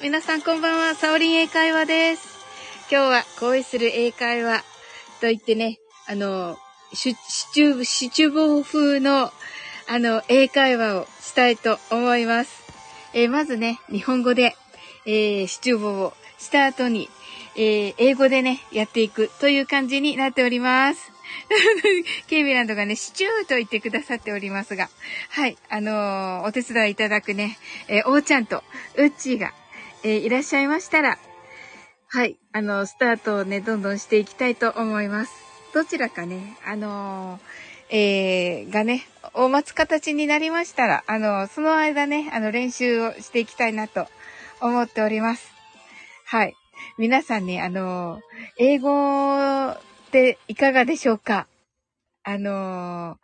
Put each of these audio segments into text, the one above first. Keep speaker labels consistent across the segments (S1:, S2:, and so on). S1: 皆さんこんばんは、サオリン英会話です。今日は恋する英会話と言ってね、あの、シュシチュー、シチュボー風の、あの、英会話をしたいと思います。えーまずね、日本語で、えーシチューボーをした後に、えー英語でね、やっていくという感じになっております。 ケイミランドがね、シチューと言ってくださっておりますが、はい、あのーお手伝いいただくね、えー、おーちゃんとうっちーが、えーいらっしゃいましたら、はい。あの、スタートをね、どんどんしていきたいと思います。どちらかね、あのーえー、がね、お待つ形になりましたら、あのその間ね、あの、練習をしていきたいなと思っております。はい。皆さんね、あのー英語っていかがでしょうかあのー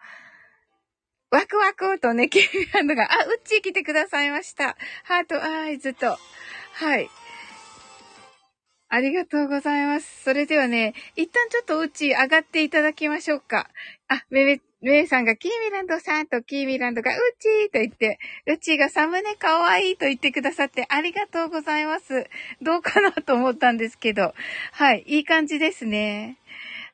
S1: ワクワクとね、ケ ビンランドが、あ、うっちー来てくださいました。ハートアイズと。はい。ありがとうございます。それではね、一旦ちょっとうち上がっていただきましょうか。あ、めめ、めいさんがキーミランドさんとキーミランドがうちーと言って、うちーがサムネかわいいと言ってくださってありがとうございます。どうかなと思ったんですけど。はい、いい感じですね。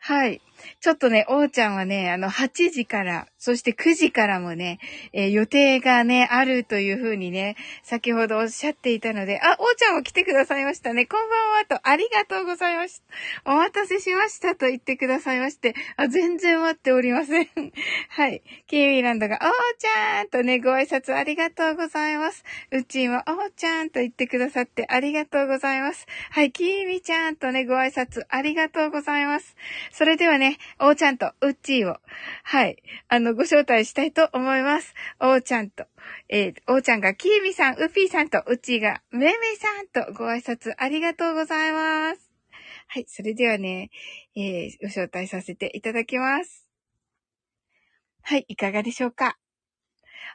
S1: はい。ちょっとね、おーちゃんはね、あの、8時から、そして9時からもね、えー予定がね、あるというふうにね、先ほどおっしゃっていたので、あ、おーちゃんも来てくださいましたね。こんばんはと、ありがとうございました。お待たせしましたと言ってくださいまして、あ、全然待っておりません。 はい。キーウィランドが、おーちゃんとね、ご挨拶ありがとうございます。うちも、おーちゃんと言ってくださってありがとうございます。はい、キーミちゃんとね、ご挨拶ありがとうございます。それではね、おーちゃんとうっちーを、はい、あの、ご招待したいと思います。おーちゃんと、えー、おーちゃんがキーミさん、うっぴーさんと、うっちーがめいめいさんとご挨拶ありがとうございます。はい、それではね、えー、ご招待させていただきます。はい、いかがでしょうか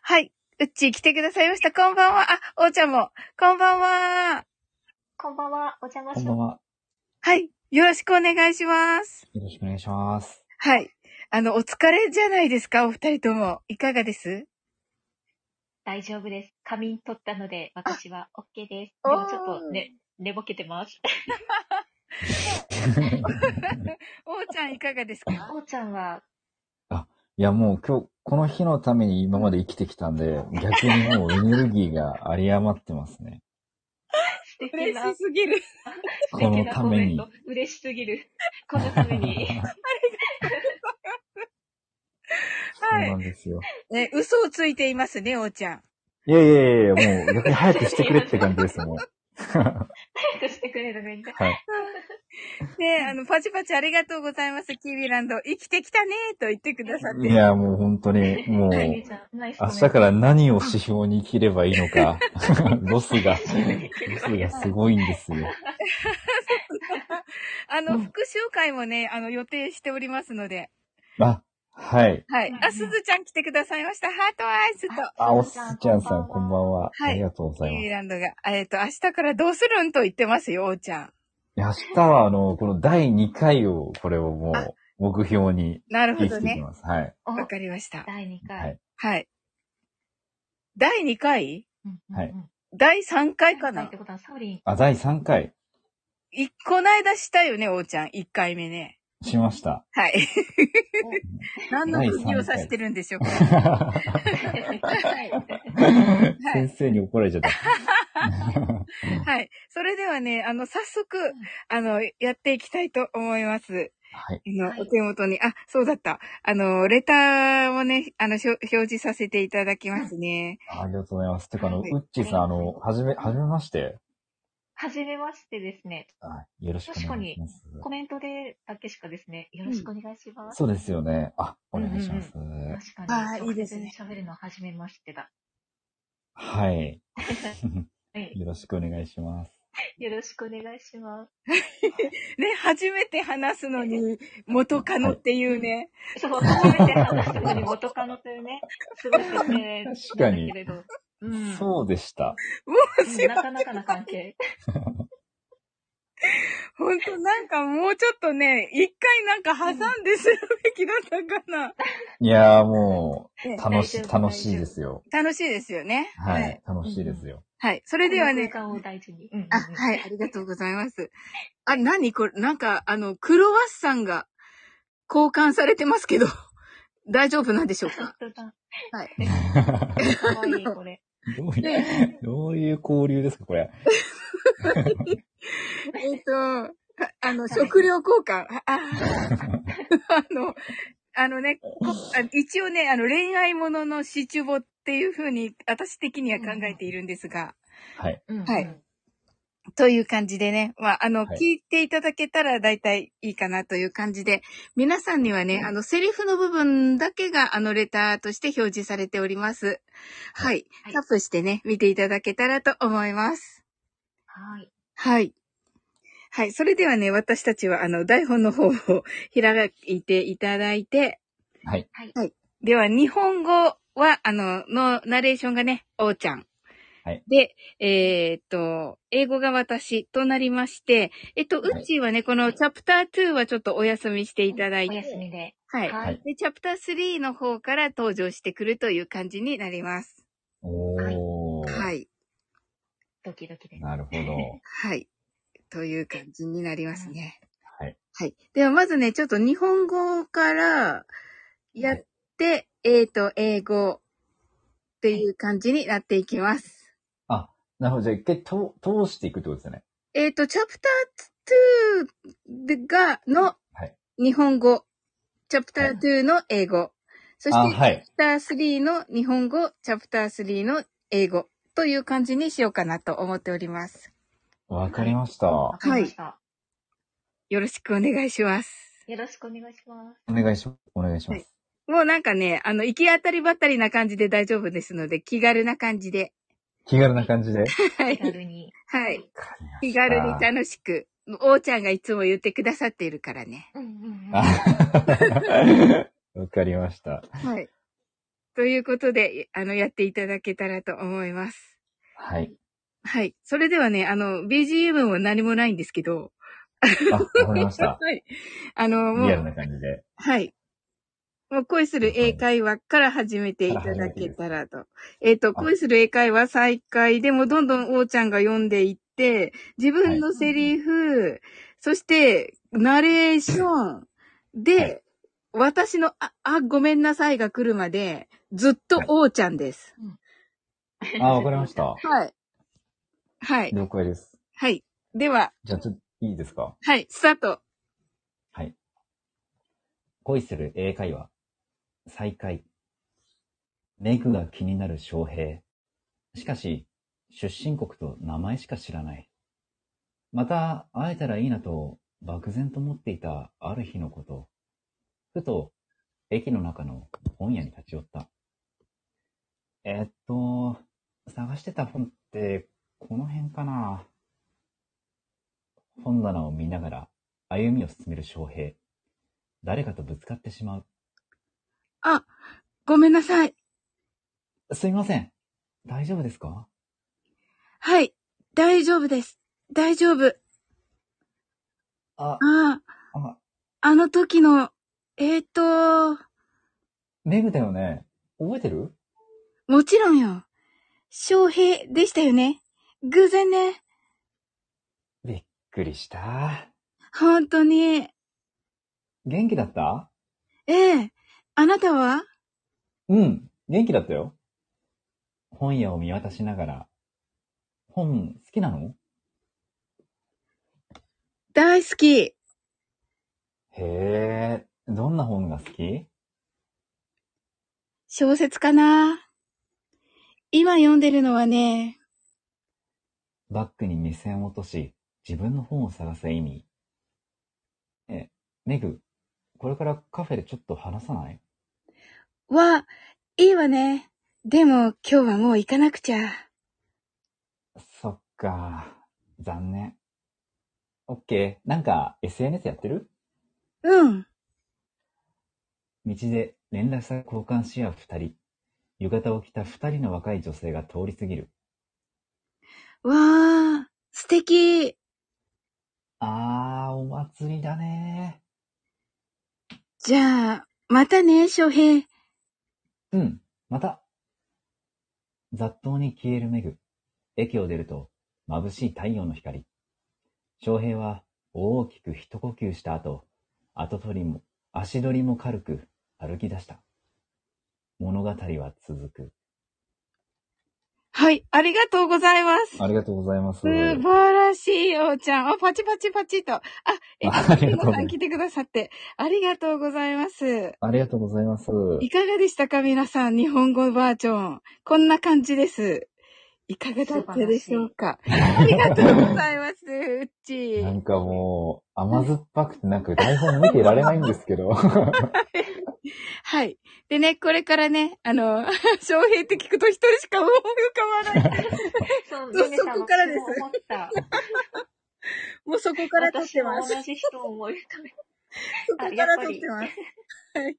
S1: はい、うっちー来てくださいました。こんばんは。あ、おーちゃんも、こんばんは。
S2: こんばんは、お邪魔
S3: こん
S2: し
S3: ばん
S2: ま
S3: は。
S1: はい。よろしくお願いします。
S3: よろしくお願いします。
S1: はい。あの、お疲れじゃないですか、お二人とも。いかがです
S2: 大丈夫です。仮眠取ったので、私は OK です。
S1: お
S2: で
S1: ー
S2: もちょっとね、寝ぼけてます。
S1: おーちゃん、いかがですか
S2: おーちゃんは、
S3: いや、もう今日、この日のために今まで生きてきたんで、逆にもうエネルギーが有り余ってますね。
S2: 素敵な、素
S1: すぎる。
S3: こ
S2: 敵
S3: の
S2: な
S3: た
S2: コ
S3: め
S2: メン
S3: に
S2: ト。。嬉しすぎる。このために。
S3: そう
S1: は
S3: ないん。ですよ。
S1: ね、嘘をついていますね、おーちゃん。
S3: いやいやいやいや、もう逆に早くしてくれって感じですもん。
S2: 早くしてくれるみんな。
S3: はい。
S1: ね、あの、パチパチありがとうございます、キービランド。生きてきたね、と言ってくださっ
S3: い
S1: て。
S3: や、もう本当に、もう、
S2: はい、みー
S3: 明
S2: ちゃん、ナイスコメン
S3: 日
S2: ト。
S3: から何を指標に生きればいいのか、ロスが、ロ スがすごいんですよ。
S1: あ
S3: う
S1: の、
S3: ん
S1: 復習会もね、あの、予定しておりますので。
S3: あ、はい。
S1: はい。
S2: うんう
S1: あ、
S2: ん
S1: すずちゃん来てくださいました。ハートアイスと。
S3: あ、おすちゃんさん、こんばんは。
S1: はい
S3: ありがとうご
S1: キ
S3: ざいます
S1: ー。ビランドが、えっと、明日からどうするんと言ってますよ、おーちゃん。
S3: 明日は、あの、この第2回を、これをも
S1: あ
S3: う、目標に
S1: なるほ
S3: 生き
S1: ど
S3: ていき
S1: ね。
S3: ます。はい。
S2: お
S1: わかりました。
S2: 第2
S3: は
S2: 回。
S3: い。
S1: はい。第2回
S2: うんうんうん
S3: はい。
S1: 第3回
S2: 第
S1: か
S2: 2回っ
S1: な
S2: てことは、サオリン、
S3: あ、第3回、
S1: いこないだしたよね、おーちゃん。1回目ね。
S3: しました。
S1: はい。 何の釘を刺してるんでしょうか。 はい。
S3: 先生に怒られちゃった。
S1: はい。それではね、あの、早速、あの、やっていきたいと思います。
S3: はい。
S1: あの、
S2: はい
S1: お手元に、あ、そうだった。あの、レターをね、あの、しょ表示させていただきますね。
S3: ありがとうございます。てか、あの、
S1: はいう
S3: っちさん、あの、はじめ、はじめまして。
S2: はじめましてですね。
S3: はい。よろしくお願いします。
S2: コメントでだけしかですね、よろしくお願いします。
S3: そうですよね。あ、お願いします。
S2: 確
S1: あ
S2: か
S1: ー
S2: に。
S1: いいですね
S2: 直接喋るのはじめましてだ。
S3: はい。
S2: はい。
S3: よろしくお願いします。
S2: よろしくお願いします。
S1: ね、初めて話すのに、元カノっていうね。
S2: その初めて話したのに元カノというね、すごい説明なんだ
S3: 確かに
S2: けれど、うん、
S3: そうでした。
S2: うんなかなかな関係。
S1: ほんと、なんかもうちょっとね、一回なんか挟んでするべきだったかな。
S3: いやー、もう、
S1: ね
S3: 楽し、
S2: 大丈夫
S3: 楽しいですよ。
S1: 楽しいですよね。
S3: はい。楽しいですよ。
S1: はい。 それではね、
S2: この空間を大事に。
S1: あ、はい、ありがとうございます。あ、何これ、なんか、あの、クロワッサンが交換されてますけど、 大丈夫なんでしょう
S2: 本
S1: か
S2: 当だ。
S1: はい。
S2: かわいい、これ。
S3: どういう、どういう交流ですか、これ。
S1: えっと、ああの、食料交換。あ、あ あの、あのね、こあ一応ね、あの、恋愛もののシチュボっていうふうに、私的には考えているんですが、
S3: はい。
S1: は。
S2: はい
S1: という感じでね、まあ、あの、
S3: はい
S1: 聞いていただけたら大体いいかなという感じで、皆さんにはね、あの、セリフの部分だけが、あの、レターとして表示されております。はい。
S2: はい
S1: タップしてね、見ていただけたらと思います。
S2: はい。
S1: はい。はい。それではね、私たちは、あの、台本の方を開いていただいて、
S3: はい。
S1: では、日本語は、あの、の、ナレーションがね、おーちゃん。
S3: はい
S1: で、えーっと、英語が私となりまして、えっと、
S3: はいう
S1: っちーはね、このチャプター2はちょっとお休みしていただい
S2: お
S1: て、
S2: 休みで。
S1: はい。
S2: はい。
S1: で、チャプター3の方から登場してくるという感じになります。
S3: おー。
S1: はい。
S2: ドキドキです。
S3: なるほど。
S1: はい。という感じになりますね。
S3: はい。
S1: はい。では、まずね、ちょっと日本語からやって、えーっと、英語っていう感じになっていきます。
S3: あ、なるほど。じゃあ一回と通していくってことですね。
S1: えっ、と、チャプター2でが、の
S3: はい
S1: 日本語、チャプター2の英語、そし
S3: あ、
S1: て、チャ
S3: はい。
S1: プター3の日本語、チャプター3の英語という感じにしようかなと思っております。
S3: わかりました。
S2: わ
S3: お
S2: かりました。
S1: よろしくお願いします。
S2: よろしくお願いします。
S3: 願いします。お願いします。
S1: もうなんかね、あの、行き当たりばったりな感じで大丈夫ですので、気軽な感じで。
S3: 気軽な感じ で。わ
S1: は
S2: 気
S1: い。
S2: 軽に。
S1: はい。
S3: かりました
S1: 気軽に楽しく。おーちゃんがいつも言ってくださっているからね。
S2: うんうんうん。
S3: あ
S2: は
S3: わかりました。
S1: はい。ということで、あの、やっていただけたらと思います。
S3: はい。
S1: はい。それではね、あの、BGM は何もないんですけど。
S3: あ、わかりました。
S1: はい。あの、も
S3: リア ル
S1: う、
S3: な感じで。
S1: はい。もう恋する英会話から始めていただけたらと。えっと、恋する英会話再開でもどんどん王ちゃんが読んでいって、自分のセリフ、そして、ナレーションで、
S3: はい
S1: 私の、あ、あ、ごめんなさいが来るまで、ずっと王ちゃんです。
S3: あ、わかりました。
S1: はい。はい。
S3: 了解です。
S1: はい。では、
S3: じゃあ、ちょっと、いいですか
S1: はい、スタート。
S3: はい。恋する英会話。再開。メイクが気になる翔平。しかし、出身国と名前しか知らない。また会えたらいいなと漠然と思っていたある日のこと。ふと、駅の中の本屋に立ち寄った。えっと、探してた本ってこの辺かな本棚を見ながら歩みを進める翔平。誰かとぶつかってしまう。
S1: あ、ごめんなさい。
S3: すいません。大丈夫ですか
S1: はい。大丈夫です。大丈夫。
S3: あ、
S1: ああ、
S3: あ、
S1: あの時の、えー、っと、
S3: メグだよね。覚えてる
S1: もちろんよ。翔平でしたよね。偶然ね。
S3: びっくりした。
S1: 本当に。
S3: 元気だった
S1: ええあなたは
S3: うん、元気だったよ。本屋を見渡しながら、本好きなの
S1: 大好き。
S3: へえ、どんな本が好き
S1: 小説かな。今読んでるのはね、
S3: バッグに目線を落とし、自分の本を探す意味。え、メグ、これからカフェでちょっと話さない
S1: は、いいわね。でも今日はもう行かなくちゃ。
S3: そっか。残念。オッケー。なんか SNS やってる
S1: うん。
S3: 道で連絡先交換し合う二人。浴衣を着た二人の若い女性が通り過ぎる。
S1: わあ、素敵。
S3: あー、お祭りだね
S1: じゃあ、またね、翔平。
S3: うん、また。雑踏に消えるメグ。駅を出ると眩しい太陽の光。翔平は大きく一呼吸した後、後取りも、足取りも軽く歩き出した。物語は続く。
S1: はい。ありがとうございます。
S3: ありがとうございます。
S1: 素晴らしい、おうちゃん。あ、パチパチパチと。あ、え、
S3: ありがとうございます
S1: 皆さん来てくださって、ありがとうございます。
S3: ありがとうございます。
S1: いかがでしたか皆さん、日本語バージョン。こんな感じです。いかがだったでしょうかありがとうございます、うっちー。
S3: なんかもう、甘酸っぱくてなんか台本見てられないんですけど。
S1: はい。でね、これからね、あの、 翔平って聞くと一人しか思い浮かばない。
S2: そう、
S1: そう
S2: ミネさん
S1: そこからです
S2: 私も思った。
S1: もうそこから撮って
S2: 私も
S1: ます。
S2: 同じ人を思い浮かべ
S1: そこから撮ってます。はい。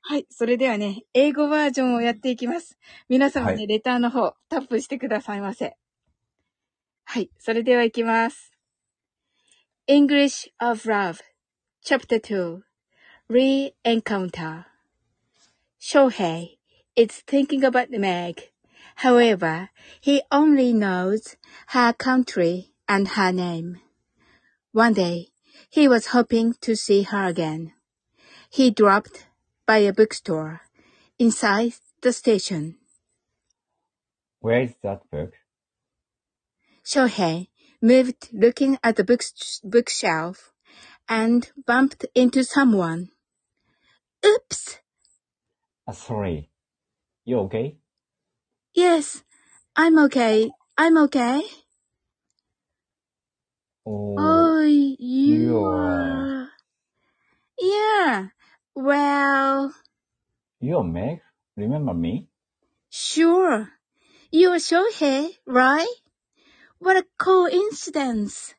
S1: はい。それではね、英語バージョンをやっていきます。皆様ね、
S3: はい
S1: レターの方、タップしてくださいませ。はい。それでは行きます。English of Love Chapter 2 Re-Encounter Shohei is thinking about Meg. However, he only knows her country and her name. One day, he was hoping to see her again. He dropped by a bookstore inside the station.
S3: Where is that book?
S1: Shohei moved looking at the book bookshelf and bumped into someone. Oops!
S3: Ah, sorry. You okay?
S1: Yes, I'm okay. I'm okay.
S3: Oh,
S1: Oh, you
S3: You're-
S1: are. Yeah. Well,
S3: you're Meg? Remember me?
S1: sure. You're Shohei, right? What a coincidence.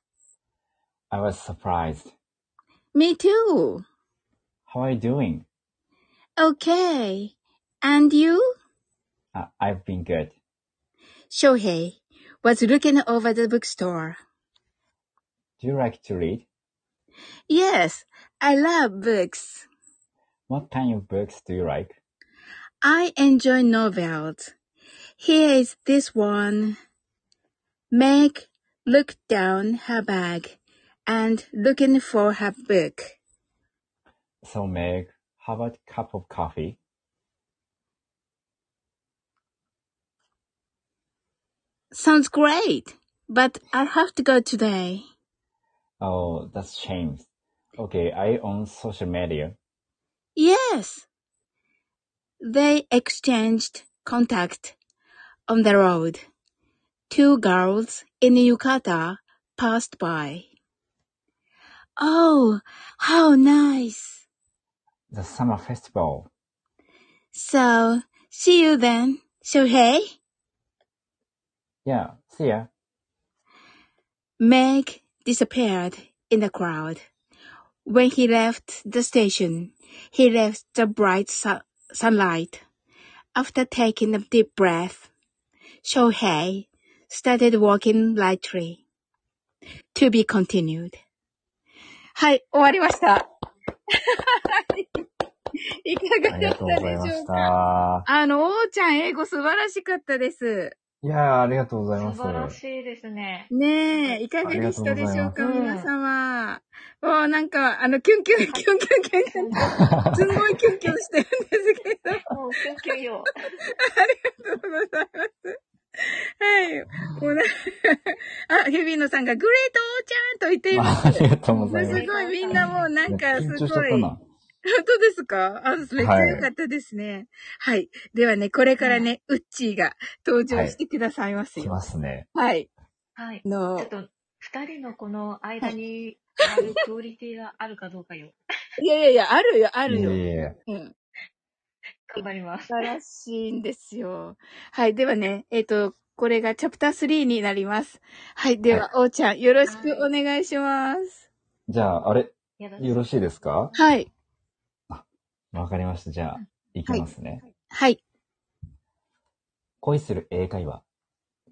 S3: I was surprised.
S1: Me too.
S3: How are you doing?
S1: Okay. And you?
S3: Uh, I've been good.
S1: Shohei was looking over the bookstore.
S3: Do you like to read?
S1: Yes, I love books.
S3: What kind of books do you like?
S1: I enjoy novels. Here is this one. Meg looked down her bag and looking for her book.
S3: So Meg, how about a cup of coffee?
S1: Sounds great, but I'll have to go today.
S3: Oh, that's shame. Okay, I own social media.
S1: Yes. They exchanged contact on the road. Two girls in yukata passed by. Oh, how nice.
S3: The summer festival.
S1: So, see you then, Shohei.
S3: Yeah, see ya.
S1: Meg disappeared in the crowd. When he left the station, he left the bright su- sunlight. After taking a deep breath, Shohei started walking lightly. To be continued. はい、終わりま した。いか
S3: あ
S1: が
S3: り
S1: だ
S3: が
S1: っ
S3: とうご
S1: た
S3: ざいま
S1: でしょ
S3: し
S1: うか
S3: た。
S1: あの、おーちゃん英語素晴らしかったです。
S3: いやーありがとうございま
S2: た。
S3: す。
S2: 素晴らしいですね。
S1: ねえ、いかがでしたでしょうか、
S2: ありがとうございます
S1: 皆様。もうなんか、あの、キュンキュン、キュンキュン、キュンキュン、すんごいキュンキュンしてるんですけど、あ
S2: もう、緊急よ。
S1: りがとうございます。はい。もうなあ、ヘビーノさんが、グレートおーちゃんと言っています。
S3: ありがとうございますす。
S1: ごい、みんなもうなんか、す
S3: 緊
S1: ごい。
S3: 張しちゃったな。
S1: 本当ですかあ、めっちゃ良かったですね。はい、ではね、これからね、ウッチーが登場してくださいます
S3: 来
S1: よ。
S3: ますね。
S1: はい。
S2: はい。
S1: あの
S2: ちょっと、二人のこの間にあるクオリティがあるかどうかよ。
S1: いやいやいや、あるよ、あるよ。
S3: いえいえ。
S1: うん。
S2: 頑張ります。
S1: 素晴らしいんですよ。はい。ではね、えっ、と、これがチャプター3になります。はい。では、おーちゃん、よろしくお願いします。
S3: じゃあ、あれ、
S2: よろ
S3: よろしいですか
S1: はい。
S3: わかりました。じゃあ、いきますね。
S1: はい。
S3: 恋する英会話。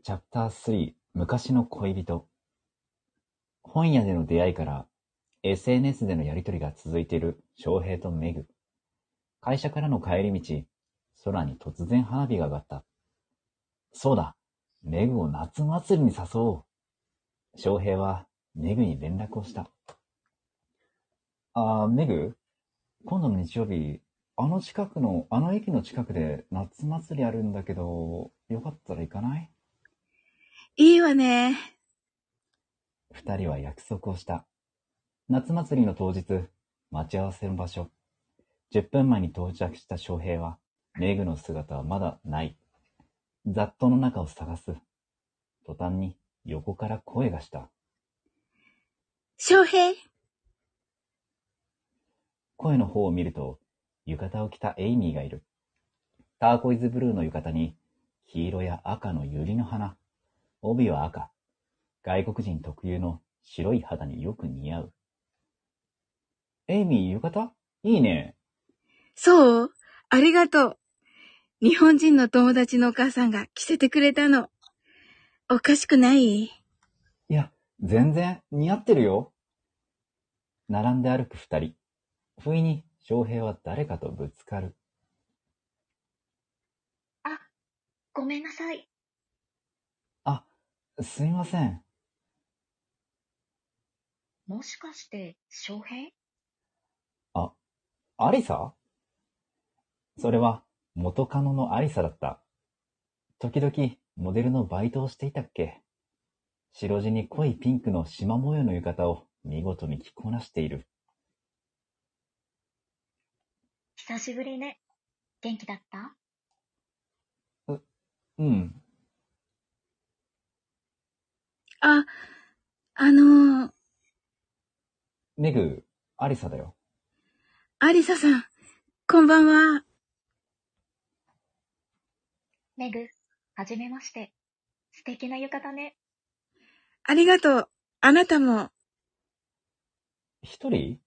S3: チャプター3、昔の恋人。本屋での出会いから、SNS でのやりとりが続いている翔平とメグ。会社からの帰り道、空に突然花火が上がった。そうだ、メグを夏祭りに誘おう。翔平はメグに連絡をした。あー、メグ今度の日曜日、あの近くの、あの駅の近くで夏祭りあるんだけど、よかったら行かない
S1: いいわね。
S3: 二人は約束をした。夏祭りの当日、待ち合わせの場所。10分前に到着した翔平は、メグの姿はまだない。雑踏の中を探す。途端に横から声がした。
S1: 翔平。
S3: 声の方を見ると、浴衣を着たエイミーがいる。ターコイズブルーの浴衣に、黄色や赤の百合の花。帯は赤。外国人特有の白い肌によく似合う。エイミー、浴衣いいね。
S1: そうありがとう。日本人の友達のお母さんが着せてくれたの。おかしくない
S3: いや、全然似合ってるよ。並んで歩く二人。不意に翔平は誰かとぶつかる。
S2: ごめんなさい。
S3: あ、すいません。
S2: もしかして、翔平
S3: アリサそれは元カノのアリサだった。時々モデルのバイトをしていたっけ白地に濃いピンクの縞模様の浴衣を見事に着こなしている。
S2: 久しぶりね。元気だった
S3: うん。
S1: あ、あのー、
S3: メグ、アリサだよ。
S1: アリサさん、こんばんは。
S2: メグ、はじめまして。素敵な浴衣ね。
S1: ありがとう。あなたも。
S3: 一人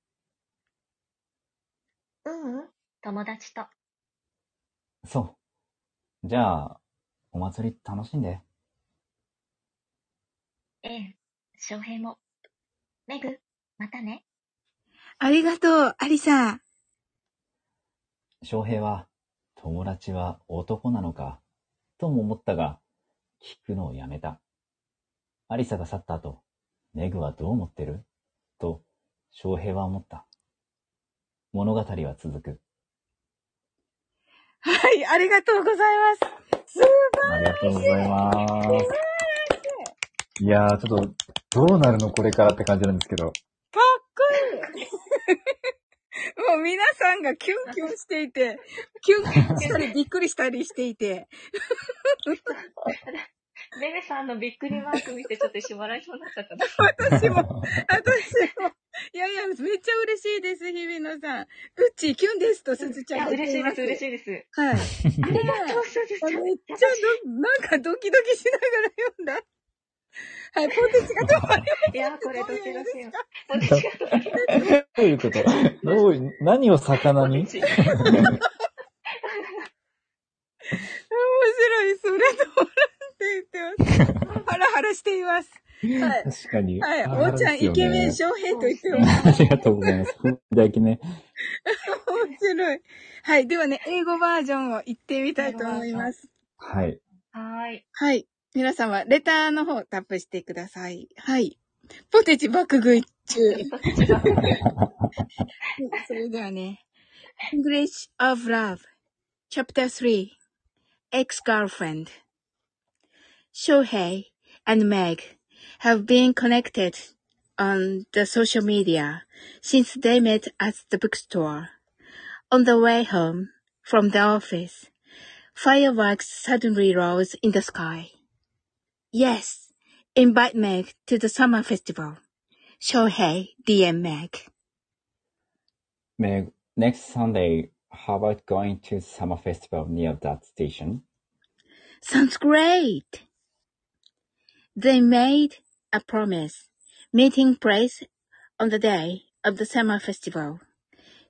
S2: ううん。友達と。
S3: そう。じゃあ、お祭り楽しんで。
S2: ええ、翔平も。メグ、またね。
S1: ありがとう、アリサ。
S3: 翔平は、友達は男なのか、とも思ったが、聞くのをやめた。アリサが去った後、メグはどう思ってると、翔平は思った。物語は続く。
S1: はい、ありがとうございます。
S3: ありがとうございます。
S4: いやー、ちょっと、どうなるのこれからって感じなんですけど。
S1: かっこいい。もう皆さんがキュンキュンしていて、キュンキュンしたりびっくりしたりしていて。
S2: メグさんのびっくりマーク見てちょっと一瞬笑いそうになっ ちゃったな。
S1: 私も、私も、いやいや、めっちゃ嬉しいです、日比野さん。うっちーキュンですと、すずち
S2: い
S1: ゃ
S2: や、
S1: んが言っ
S2: 嬉してい
S1: い
S2: です、嬉しいです。
S1: ます。はい。ありが
S2: そうそうです。
S1: あめっちゃど、なんかドキドキしながら読んだ。はい、ポテチがちょっと待って
S2: いや、これどちらしいよ。
S4: どういうこと どうい、何を魚に
S2: 私が
S1: 面白い、それともらって言ってます。ハラハラしています。はい。
S4: 確かに。
S1: はい、
S4: あ
S1: おーちゃん、イケメン、。翔平と言ってます。
S4: ありがとうございます。だけね。
S1: 面白い。はい、ではね、英語バージョンを言ってみたいと思います。
S4: はい。
S2: はーい。
S1: はい。皆様、レターの方をタップしてください。はい。ポテチ爆食い中。 それではね。English of Love Chapter 3 Ex-Girlfriend Shohei and Meg have been connected on the social media since they met at the bookstore. On the way home from the office, fireworks suddenly rose in the sky. Yes, invite Meg to the summer festival. Shohei DM Meg.
S3: Meg, next Sunday, how about going to summer festival near that station?
S1: Sounds great. They made a promise. Meeting place on the day of the summer festival.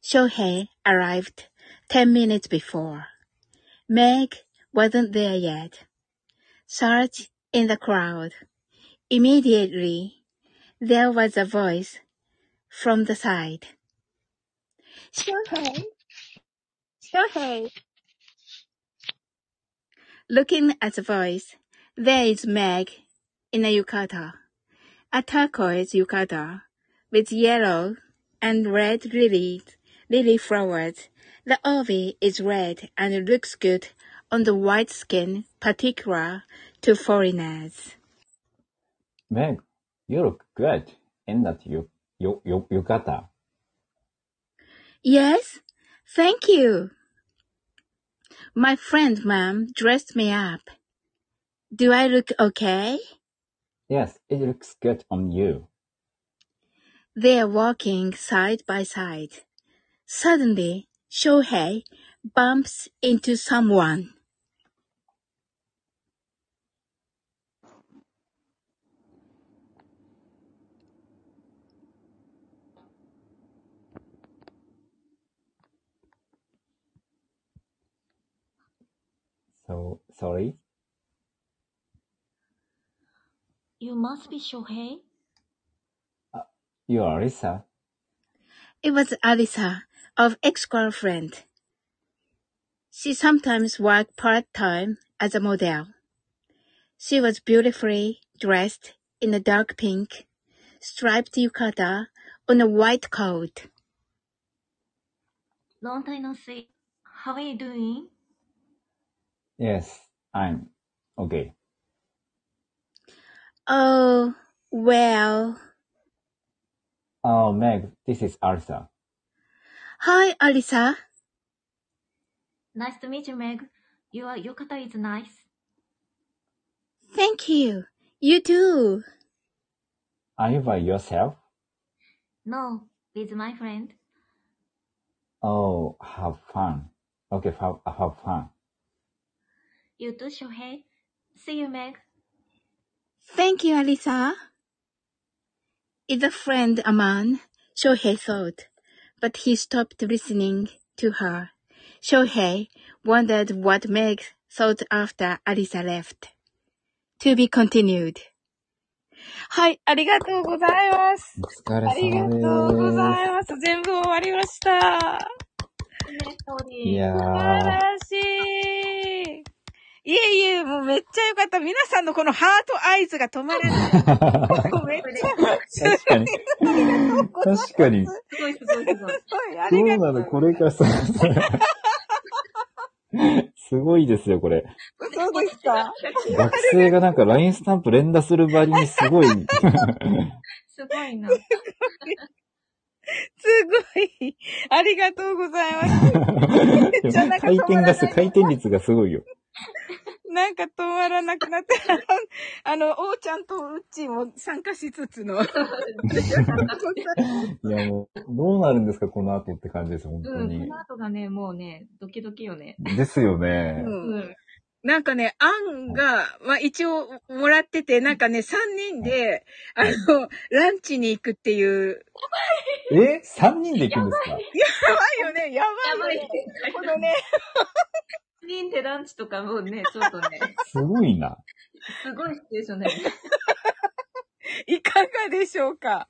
S1: Shohei arrived 10 minutes before. Meg wasn't there yet. Search in the crowd. Immediately, there was a voice from the side. Shohei! Shohei! Looking at the voice, There is Meg in a yukata, a turquoise yukata with yellow and red lilies, lily flowers. The ovi is red and looks good on the white skin, particular to foreigners.
S5: Meg, you look good in that you, you, you, yukata.
S1: Yes, thank you. My friend, ma'am, dressed me up. Do I look okay?
S5: Yes, it looks good on you.
S1: They are walking side by side. Suddenly, Shohei bumps into someone.
S5: そう、sorry?
S6: You must be Shohei.
S5: You are Lisa.
S1: It was Alisa of ex-girlfriend. She sometimes worked part-time as a model. She was beautifully dressed in a dark pink striped yukata on a white coat.
S6: Long time no see. How are you doing?
S5: Yes, I'm okay.
S1: Oh, well.
S5: Oh, Meg, this is Alisa.
S1: Hi, Alisa.
S6: Nice to meet you, Meg. Your yukata is nice.
S1: Thank you. You too.
S5: Are you by yourself?
S6: No, with my friend.
S5: Oh, have fun. Okay, have, have fun.
S6: You too, Shohei. See you, Meg.
S1: Thank you, Alisa. Is a friend a man? Shohei thought, but he stopped listening to her. Shohei wondered what Meg thought after Alisa left. To be continued. はい、ありがとうございます。
S5: お疲れ
S1: ありが
S5: 様で
S1: とうござ
S5: す。
S1: います。全部終わりました。
S6: ね、ストー
S5: い
S6: リー。
S5: や
S1: 素晴
S5: ー、
S1: らしい。いえいえ、もうめっちゃよかった。皆さんのこのハートアイズが止まらない。もうめっちゃ、すごい、
S3: 確かに。
S1: ありがとうございます。
S3: 確かに。
S6: すごいすごいすごい。
S1: すごい、あり
S3: ど
S1: が
S3: う
S1: と
S3: なの
S1: う。
S3: これから さ、すごいですよ、これ。
S1: そうですか
S3: 学生がなんか LINE スタンプ連打するばりにすごい。
S6: すごいな。
S1: すごい。ありがとうございます。めっちゃなんか
S3: 回
S1: 止ま
S3: 転
S1: ら
S3: が
S1: な
S3: す、
S1: い。
S3: 回転率がすごいよ。
S1: なんか止まらなくなって、 あの、おーちゃんとうっちーも参加しつつの。
S3: いや、もう、どうなるんですか、この後って感じです、本当
S6: うん、こ
S3: に
S6: の。後がね、もうね、ドキドキよね。
S3: ですよね。
S1: うん
S6: うん。
S1: なんかね、案が、まあ一応もらってて、なんかね、3人で、あ
S3: はい
S1: の、ランチに行くっていう。
S3: え ?3 人で行くんですか
S1: やばいよね、やば
S6: や
S1: いよ
S6: ばい
S1: ね
S6: ね。。
S1: このね、
S6: 3人でランチとかもう ね、ちょっとね、
S3: すごいな。
S6: すごいシチュエーションだよね。
S1: いかがでしょうか。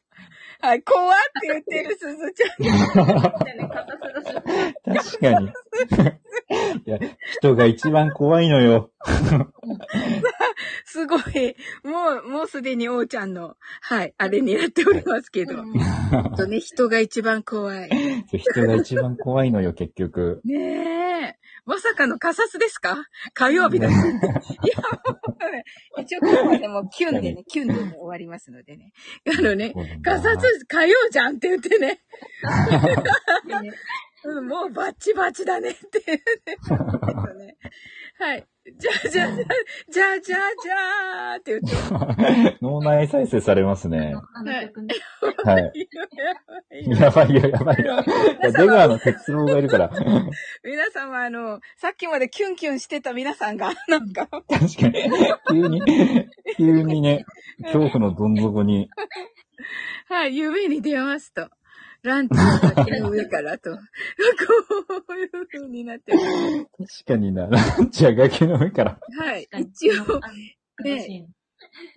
S1: はい、怖って言ってるすずちゃん。
S6: そうだよね、片手だし。
S3: 確 かに。いや、人が一番怖いのよ。
S1: すごい。もう、もうすでにおーちゃんの、はい、あれになっておりますけど。
S6: う
S1: ほん
S6: ん。
S1: とね、人が一番怖い。
S3: そう人が一番怖いのよ、結局。
S1: ねえ。まさかのカサスですか火曜日だし。いや、もうね、一応今日はね、もうキュンでね、キュンで、ね、終わりますのでね。あのね、
S3: そうだ
S1: カサ
S3: な。
S1: ス火曜じゃんって言ってね、
S6: でね、
S1: うん、もうバッチバチだねって言ってね。はい。じゃあじゃあじゃあじゃあじゃあじゃあって言って。
S3: 脳内再生されますね。
S6: あの曲ね。
S3: はい。
S1: やばいよ
S3: やばいよ、やばいよ。いや、出川の哲郎がいるから。
S1: 皆様、あの、さっきまでキュンキュンしてた皆さんが、 なんか、
S3: 確かに。急に、急にね、恐怖のどん底に。
S1: はい、夢に出ますと。ランチの崖の上からと。こういう風になってます。
S3: 確かにな、ランチは崖の上から。
S1: はい、
S6: 確か
S1: 一
S6: に
S1: 応、
S6: あのあのシ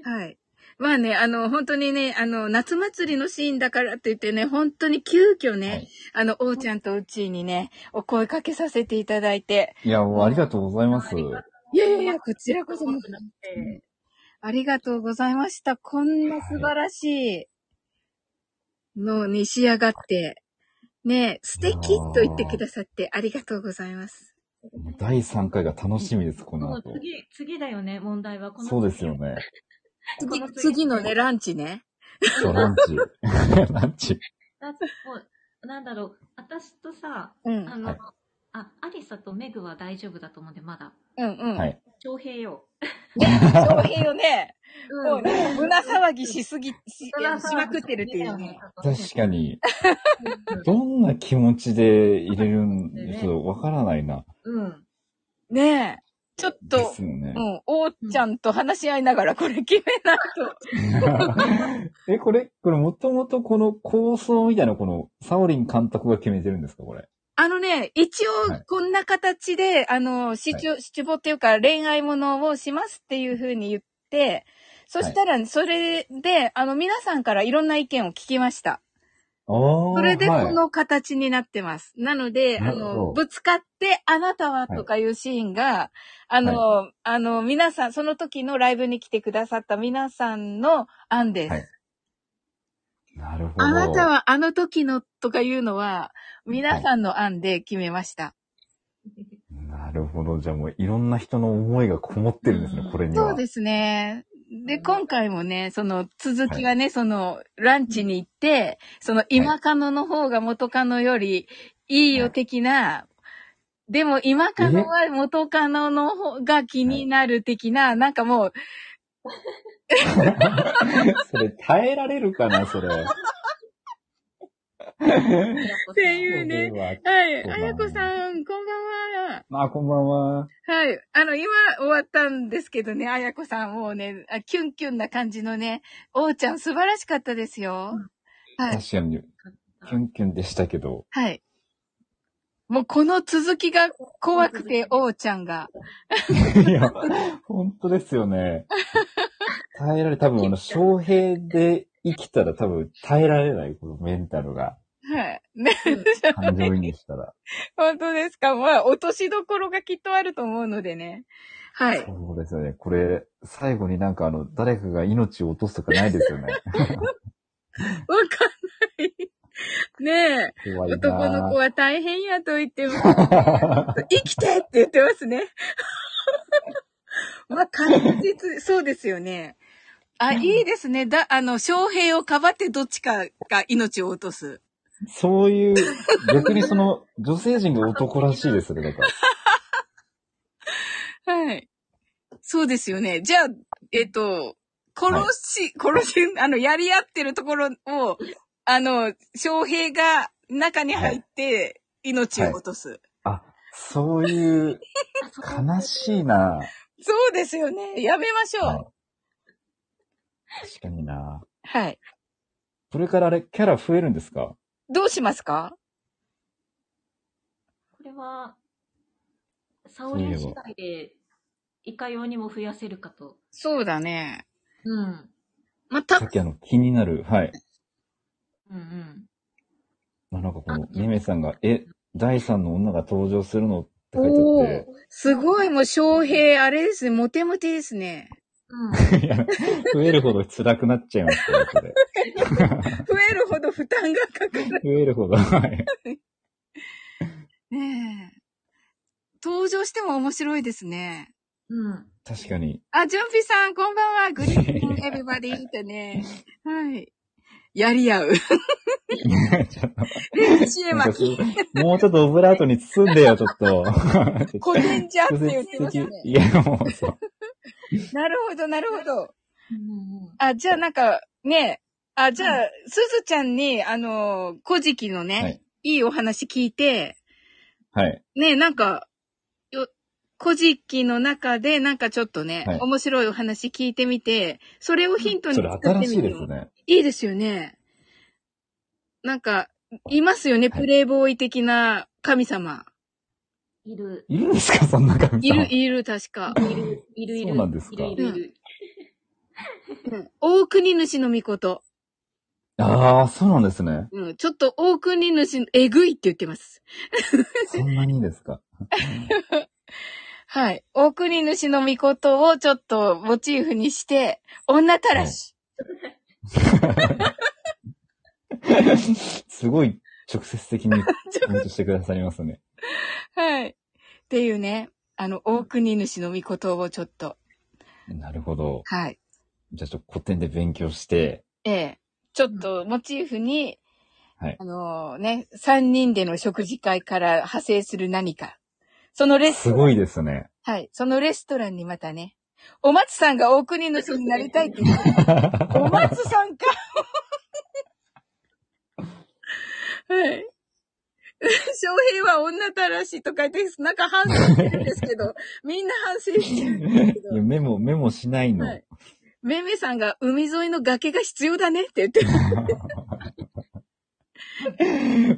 S6: ーン。
S1: はい。まあね、あの、本当にね、あの、夏祭りのシーンだからって言ってね、本当に急遽
S3: は
S1: ね
S3: い、。
S1: あの、おうちゃんとうちーにね、お声かけさせていただいて、
S3: いや、もうありがとうございま
S6: あ
S3: す。
S6: りがと
S1: いやいやいや、こちらこそ、
S2: え
S1: ありがとうございました。こんな素晴らしいのに仕上がって、ねえ、素敵と言ってくださってありがとうございます。
S3: 第3回が楽しみです、この
S2: もう
S3: 後。
S2: 次、次だよね、問題は。この
S3: そうですよ。ね。
S2: こ
S1: 次
S2: の、
S1: 次のね、ランチね。
S3: そう、ランチ。 ランチ。
S2: だってもう、なんだろう、私とさ、
S1: うん。うん
S2: あの、
S3: はい
S2: あ、アリサとメグは大丈夫だと思うんで、まだ。
S1: うん。
S3: はい。
S2: 翔平よ。
S1: 商品をね、も
S2: う
S1: うね、胸騒ぎしすぎ、し、しまくってるっていうね。。
S3: 確かに、どんな気持ちで入れるん
S2: ね
S3: ちょっとわからないな。
S2: うん。
S1: ねえ。ちょっ
S3: で
S1: と
S3: す、よね
S1: う。ん、おーちゃんと話し合いながらこれ決めないと。
S3: え、これ、これもともとこの構想みたいな、この、サオリン監督が決めてるんですか、これ。
S1: あのね、一応
S3: はい
S1: こんな形で、あの、シチュ、シチュボっていうか恋愛ものをしますっていう風に言って、そしたら、それで、あの、皆さんからいろんな意見を聞きました。
S3: そ
S1: それで
S3: はい
S1: この形になってます。なので、あ
S3: なるほど
S1: の、ぶつかって、あなたはとかいうシーンが、あの、あの、皆さん、その時のライブに来てくださった皆さんの案です。
S3: はいなるほど。
S1: あなたはあの時のとかいうのは、皆さんの案で決めました。
S3: なるほど。じゃあもういろんな人の思いがこもってるんですね
S2: う、ん
S3: これには。
S1: そうですね。で、今回もね、その続きがね、そのランチに行って、その今カノの方が元カノよりいいよ的な、でも今カノは元カノの方が気になる的な、なんかもう、
S3: それ耐えられるかな、それ。っ
S1: って いうね。はい、
S3: そう
S1: あ
S3: だね
S1: やこさん、こんばんは。
S3: まあ、こんばんは。
S1: はい。あの、今終わったんですけどね、あやこさん、もうね、あキュンキュンな感じのね、おうちゃん素晴らしかったですよ。はい。
S3: 確かに、キュンキュンでしたけど。
S1: はい。もうこの続きが怖くて、おうちゃんが。
S3: いや、本当ですよね。耐えられ、多分、あの、翔平で生きたら多分耐えられない、このメンタルが。
S1: はい。ね、
S3: 感情移入したら。
S1: 本当ですか。まあ、落としどころがきっとあると思うのでね。はい。
S3: そうですよね。これ、最後になんかあの、誰かが命を落とすとかないですよ ね。
S1: わかんない。 ねえ。
S3: 怖いな
S1: 男の子は大変やと言 ってます。生きてって言ってますね。 まあ、確実、そうですよね。あ、いいですね。だ、あの、翔平をかばってどっちかが命を落とす。
S3: そういう、逆にその、女性陣が男らしいですね、なんか。
S1: はい。そうですよね。じゃあ、えっ、と、殺し、殺し、あの、やり合ってるところを、あの、翔平が中に入って、命を落とす、
S3: あ、そういう、悲しいな
S1: そうですよね。やめましょう。
S3: はい確かにな
S1: はい。
S3: これからあれ、キャラ増えるんですか
S1: どうしますか
S2: これは、サオリン次第で、いかようにも増やせるかと。
S1: そうだね。
S2: うん。
S1: ま
S3: さ
S1: た
S3: っ、きあの、気になる、はい。
S2: うんうん。
S3: まあ、なんかこ
S2: あ
S3: の、ゆめさんが、え、第三の女が登場するのって書いて
S1: すごい、もう翔平、あれですね、モテモテですね。
S2: うん。
S3: あ って、いや、増えるほど辛くなっちゃいましたよ、これ。
S1: 増えるほど負担がかかる。
S3: 増えるほど、はい。
S1: ねえ。登場しても面白いですね。
S2: うん。
S3: 確か に。
S1: あ、ジョンピさん、こん ばんは。グリーンエビバディってね。はい。やり 合う。
S3: ちょっと
S1: 知恵
S3: なんか
S1: 巻
S3: そう
S1: き。
S3: もうちょっとオブラートに包んでよ、ちょっ と。
S1: 古典じゃって
S3: 直
S1: 言って
S3: 接
S1: まし
S3: 的
S1: た。ね。
S3: いや、もうそう。
S1: なるほど、なるほど。
S2: うんうん。
S1: あ、じゃあなんか、ね、あ、じゃあ、すずちゃんに、あの、古事記のね、
S3: はいい、
S1: いお話聞いて、
S3: はい。
S1: ね、なんか、よ、古事記の中で、なんかちょっとね、
S3: はい
S1: 面白いお話聞いてみて、それをヒントに
S3: それ
S1: 作ってみ
S3: 新
S1: る
S3: しいですね。
S1: いいですよね。なんか、いますよね、
S3: はい
S1: プレイボーイ的な神様。
S2: いる、
S3: いるんですかそんな神
S1: い
S3: 様。
S1: る、いる、確か。
S2: いる、いる、いる。
S3: そうなんですか
S2: いる、いる、いる。
S1: うん大国主の御事。
S3: ああ、そうなんですね。
S1: うん、ちょっと大国主、えぐいって言ってます。
S3: そんなにですか。
S1: はい。大国主の御事をちょっとモチーフにして、女たらし。
S3: すごい直接的にコメントしてくださりますね。
S1: はい。っていうね、あの、大国主の御事をちょっと、
S3: なるほど。
S1: はい。
S3: じゃあちょっと古典で勉強して、
S1: ええ。ちょっとモチーフに、
S3: はい
S1: あのね、三人での食事会から派生する何か。そのレス
S3: す
S1: トラン
S3: ごいですね。
S1: はい。そのレストランにまたね、お松さんが大国主になりたいって言ってたお松さ んかはい。翔平は女たらしとか言って、なんか反省してるんですけ ど、みんな反省してるんですけど
S3: いや、 メモ、メモしないの。
S1: はいめめさんが海沿いの崖が必要だねって言ってる。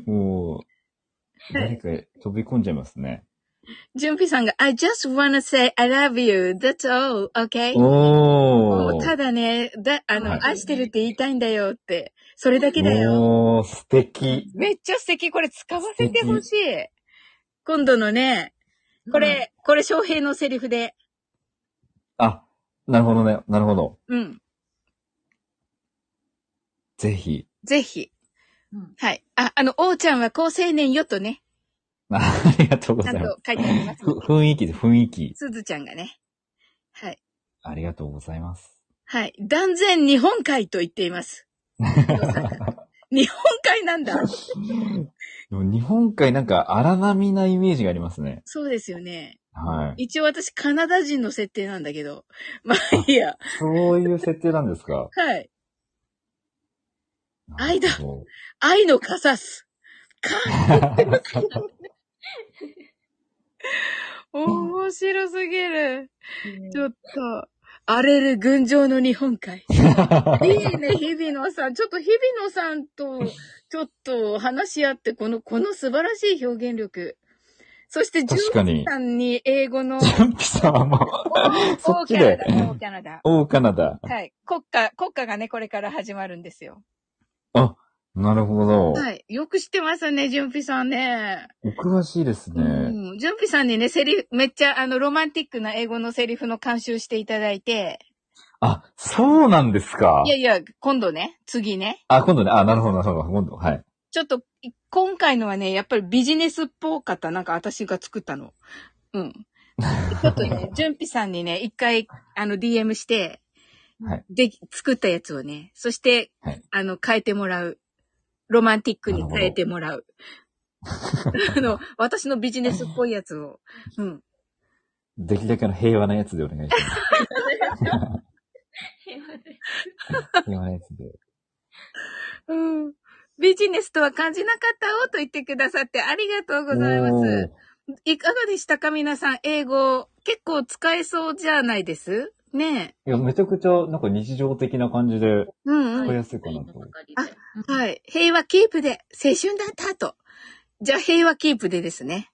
S3: もう、
S1: はい
S3: 誰か飛び込んじゃいますね。
S1: 純平さんが、I just wanna say I love you. That's all. Okay?
S3: おー。
S1: ただね、だ、あの、
S3: はい
S1: 愛してるって言いたいんだよって、それだけだよ。
S3: おー、素敵。
S1: めっちゃ素敵。これ使わせてほしい。今度のね、こ
S2: うん
S1: れ、これ翔平のセリフで。
S3: あ、なるほどね。なるほど。
S1: うん。
S3: ぜひ。
S1: ぜひ。
S2: うん
S1: はい。あ、あの、王ちゃんは高青年よとね、
S3: あありがとうご
S1: ち
S3: ざ
S1: ゃ
S3: い
S1: ん
S3: ま
S1: と書いてあります
S3: す。。ふ雰囲気で雰囲気。
S1: すずちゃんがね。はい。
S3: ありがとうございます。
S1: はい。断然日本海と言ってい ます。日本海なんだ。
S3: でも日本海なんか荒波なイメージがありますね。
S1: そうですよね。
S3: はい。
S1: 一応私カナダ人の設定なんだけど。まあいいや。
S3: そういう設定なんですか
S1: はい。愛だ
S3: なるほど
S1: 愛のカサス。か 面白すぎる。ちょっと、荒れる群青の日本海。いい ね、日比野さん。ちょっと日比野さんと、ちょっと話し合って、この、この素晴らしい表現力。そして、ジュ
S3: 確か
S1: ン
S3: に
S1: さんに英語 の、
S3: ジャンピさんはもう、そっちで
S1: オーキャナダ、オーキャナダ。
S3: おうカナダ。
S1: はい。国家、国家がね、これから始まるんですよ。
S3: あ、なるほど。
S1: はい。よく知ってますね、純ピさんね。
S3: お詳しいですね。
S1: うん。純ピさんにね、セリフ、めっちゃ、あの、ロマンティックな英語のセリフの監修していただいて、
S3: あ、そうなんですか
S1: い。やいや、今度ね、次ね。
S3: あ、今度ね。あ、なるほど、なるほど。今度、はい。
S1: ちょっと、い今回のはね、やっぱりビジネスっぽかった。なんか私が作ったの。 うん。ちょっとね、純ピさんにね、一回、あの、DM して、
S3: はい
S1: で、作ったやつをね、そして、
S3: はい
S1: あの、変えてもらう。ロマンティックに変えてもら う。あの、私のビジネスっぽいやつを。うん。
S3: できるだけの平和なやつでお願いし ます。平和なやつで。
S1: うん。ビジネスとは感じなかったよと言ってくださってありがとうございま
S3: お
S1: す
S3: ー。
S1: いかがでしたか皆さん、英語、結構使えそうじゃないですねえ。
S3: いや、めちゃくちゃ、なんか日常的な感じ
S1: う
S3: で、
S1: んうん。
S3: これ安いかなと
S1: あはい。平和キープで、青春だったと。じゃあ、平和キープでですね。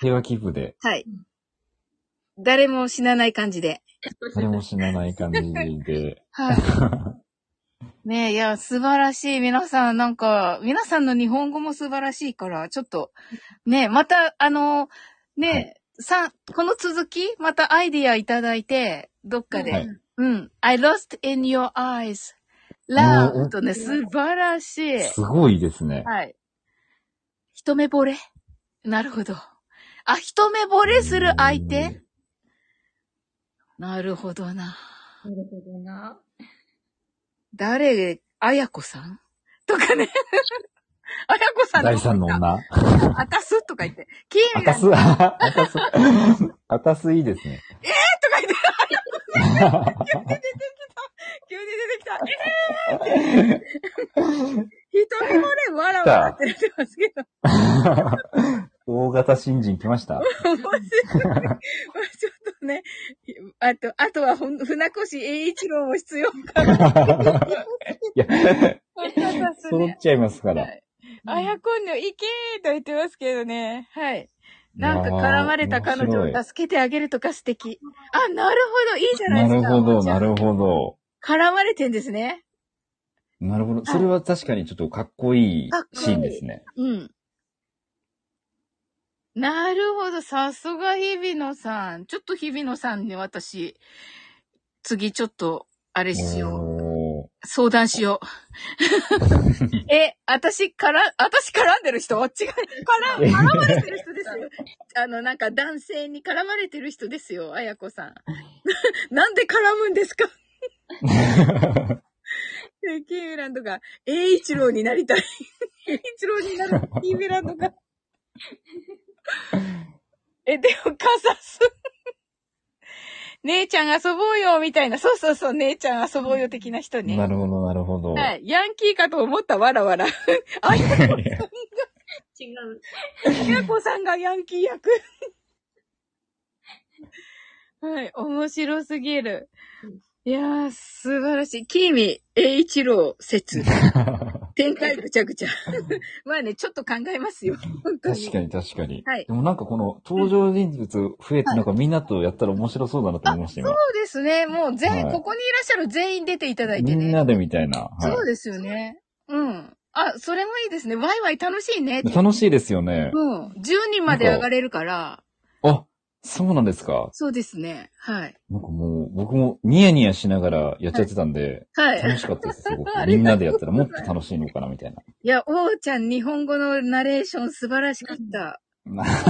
S3: 平和寄付で、
S1: はい
S2: うん。
S1: 誰も死なない感じで。
S3: 誰も死なない感じで。
S1: はい。ねえ、いや、素晴らしい。皆さん、なんか、皆さんの日本語も素晴らしいから、ちょっと、ねえ、また、あの、ねえ、
S3: は
S1: さん、この続き、またアイディアいただいて、どっかで。
S3: はい
S1: うん。I lost in your eyes.
S3: うんう
S1: Love
S3: ん
S1: とね、素晴らしい。
S3: すごいですね。
S1: はい。一目惚れなるほど。あ、一目惚れする相手なるほどな。
S2: なるほどな。
S1: 誰、あやこさんとかね。 あやこさん
S3: 第三の女。
S1: あたすとか言って。キー
S3: あ
S1: ミラ
S3: た
S1: ンと
S3: す、
S1: か
S3: あたす、あたすいいですね。
S1: 言って。急に出てきた。 えぇ、ー、一目惚れわらわらって言ってますけど。
S3: 大型新人来 ました。
S1: 面白い。まあちょっとね、あと、あとはほん、船越英一郎も必 要かな。
S3: いや、揃っちゃいますか
S1: は
S3: ら。
S1: いあやこんにょ、いけーと言ってますけどね。はい。なんか絡まれた彼女
S3: いやー面白
S1: を
S3: い
S1: 助けてあげるとか素敵。あ、なるほど、いいじゃない
S3: な
S1: で
S3: る
S1: すか。
S3: ほど、
S1: じゃあ
S3: なるほど。
S1: 絡まれてんですね。
S3: なるほど。それは確かにちょっとかっこいい
S1: かっこいい
S3: シーンですね。
S1: うん。なるほど。さすが日比野さん。ちょっと日比野さんに私、次ちょっと、あれしよう。
S3: お
S1: 相談しよう。え、私から、私絡んでる人違う。絡、絡まれてる人ですよ。あの、なんか男性に絡まれてる人ですよ、あやこさん。 なんで絡むんですか
S3: ー
S1: キーミランドが、栄一郎になりたい。栄一郎になる、キーミランドが。え、でも、カサス。姉ちゃん遊ぼうよ、みたいな。そうそうそう、姉ちゃん遊ぼうよ、的な人ね。
S3: なるほど、なるほど。
S1: はい。ヤンキーかと思った、わら わら。あや
S2: 違う。
S1: やこさんがヤンキー役。はい。面白すぎる。いやー、素晴らしい。キーミ、栄一郎説。展開ぐちゃぐち ゃ。まあね、ちょっと考えますよ。本当に。
S3: 確かに確かに。
S1: はい
S3: でもなんかこの登場人物増えて、なんかみんなとやったら面白そうだなと思いました、今。
S1: そうですね。もう全員、
S3: はい
S1: ここにいらっしゃる全員出ていただいて
S3: み
S1: ね。
S3: んなでみたいな。は
S1: そうですよね。うん。あ、それもいいですね。ワイワイ楽しいね。
S3: い、楽しいですよね。
S1: うん。10人まで上がれるから、
S3: あ、そうなんですか。
S1: そうですね。はい。
S3: なんかもう、僕もニヤニヤしながらやっちゃってたんで、
S1: はい。
S3: 楽しかったです、すごく
S1: あ。り
S3: みん
S1: が
S3: な
S1: とうございます
S3: でやったらもっと楽しいのかな、みたいな。
S1: いや、おーちゃん、日本語のナレーション素晴らしかった。
S3: あ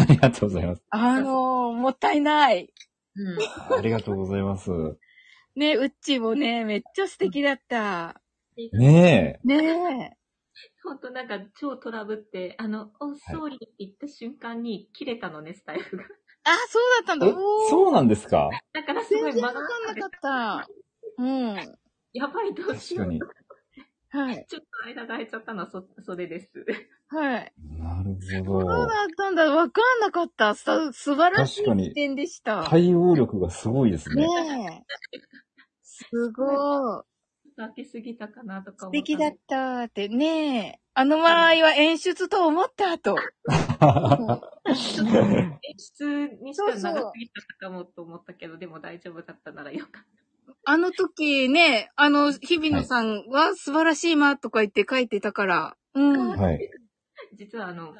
S3: りがとうございます。
S1: あのー、もったいない。
S2: うん。
S3: ありがとうございます。
S1: ね、うっちーもね、めっちゃ素敵だった。
S3: ね
S1: ねえ。
S2: ほんとなんか超トラブって、あの、お、ソーリーって言った瞬間に切れたのね、スタイ フが。
S1: あ、そうだったん
S3: え。
S1: だ。
S3: え
S1: おー、
S3: そうなんですか
S2: だからす
S1: 全
S2: ごい
S1: 然
S2: 間
S1: わ
S2: が
S1: かん
S2: 空
S1: なか
S2: て
S1: った。うん。
S2: やばい、どうし
S3: 確
S2: よ
S3: か
S2: う。
S3: に。
S1: はい。
S2: ちょっと間が空いちゃったのはそ、袖です。
S1: はい。
S3: なる
S1: そ
S3: ほ
S1: う
S3: ど。
S1: だったんだ。わかんなかった。さ素晴らしい
S3: 確かに
S1: 視点でした。
S3: 対応力がすごいですね。
S1: ねえ。すごい。
S2: 開けすぎたかなとか
S1: 素
S2: 思った
S1: 敵
S2: ん
S1: だっ
S2: で
S1: たってねえ。あの間合いは演出と思った と。
S2: すけど。ちょっと演出にして
S1: そう
S2: は
S1: そう
S2: 長すぎちゃったかもと思ったけど、でも大丈夫だったならよかっ
S1: あの時ね、あの、日比野さんは素晴らしい間とか言って書いてたから。うん。
S2: た。
S3: はい。
S2: 実はあの、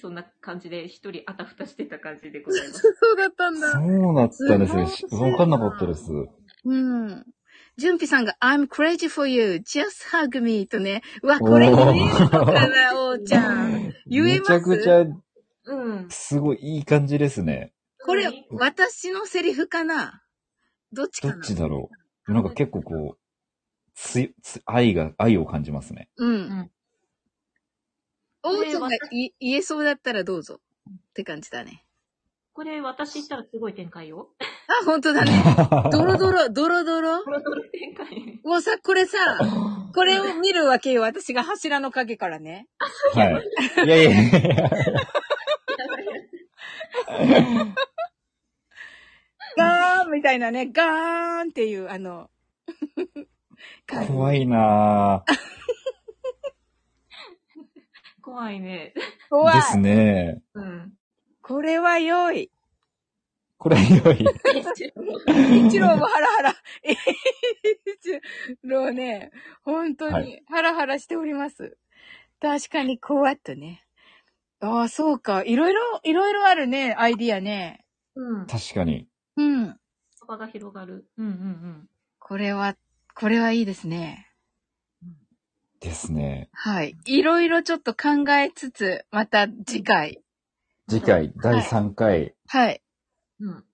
S2: そんな感じで一人あたふたしてた感じでございます。
S1: そうだったんだ。
S3: そうだったんですね
S1: す
S3: し。
S1: ごい
S3: わかんなかったです。
S1: うん。純ピさんが、I'm crazy for you, just hug me とね。うわ、これ言えるのかな、おーちゃん。言え
S3: め
S1: ま
S3: ち
S1: す
S3: ゃくちゃ、
S2: うん。
S3: すごいいい感じですね。
S1: これ
S2: うん、
S1: 私のセリフかなどっち
S3: ど
S1: かな
S3: っちだろう。なんか結構こう、つい、つ、愛が、愛を感じますね。
S1: うん
S2: ん。
S1: おうちゃんが
S2: これ
S1: い言えそうだったらどうぞ。って感じだね。
S2: これ私言ったらすごい展開よ。
S1: あ、本当だね。 ドロドロ、ドロドロ。
S2: ドロドロ展開。
S1: もうさ、これ さ、これを見るわけよ。私が柱の影からね。
S3: はい。いやいやいやいや。
S1: ガーンみたいなね、ガーンっていう、あの、
S3: 怖いなぁ。
S2: 怖いね。
S1: 怖い
S3: で。すね。
S2: うん。
S1: これは良い。
S3: これ良い。
S1: 一郎もハラハラ。一郎ね、本当
S3: は
S1: にハラハラしております。確かに、こうやってね。ああ、そうか。いろいろ、いろいろあるね、アイディアね。
S2: うん。
S3: 確かに。
S1: うん。
S2: 幅が広がる。うんうんうん。
S1: これは、これはいいですね。
S3: ですね。
S1: はい。いろいろちょっと考えつつ、また次回。
S3: 次回、第3回。
S1: はい。
S2: うん。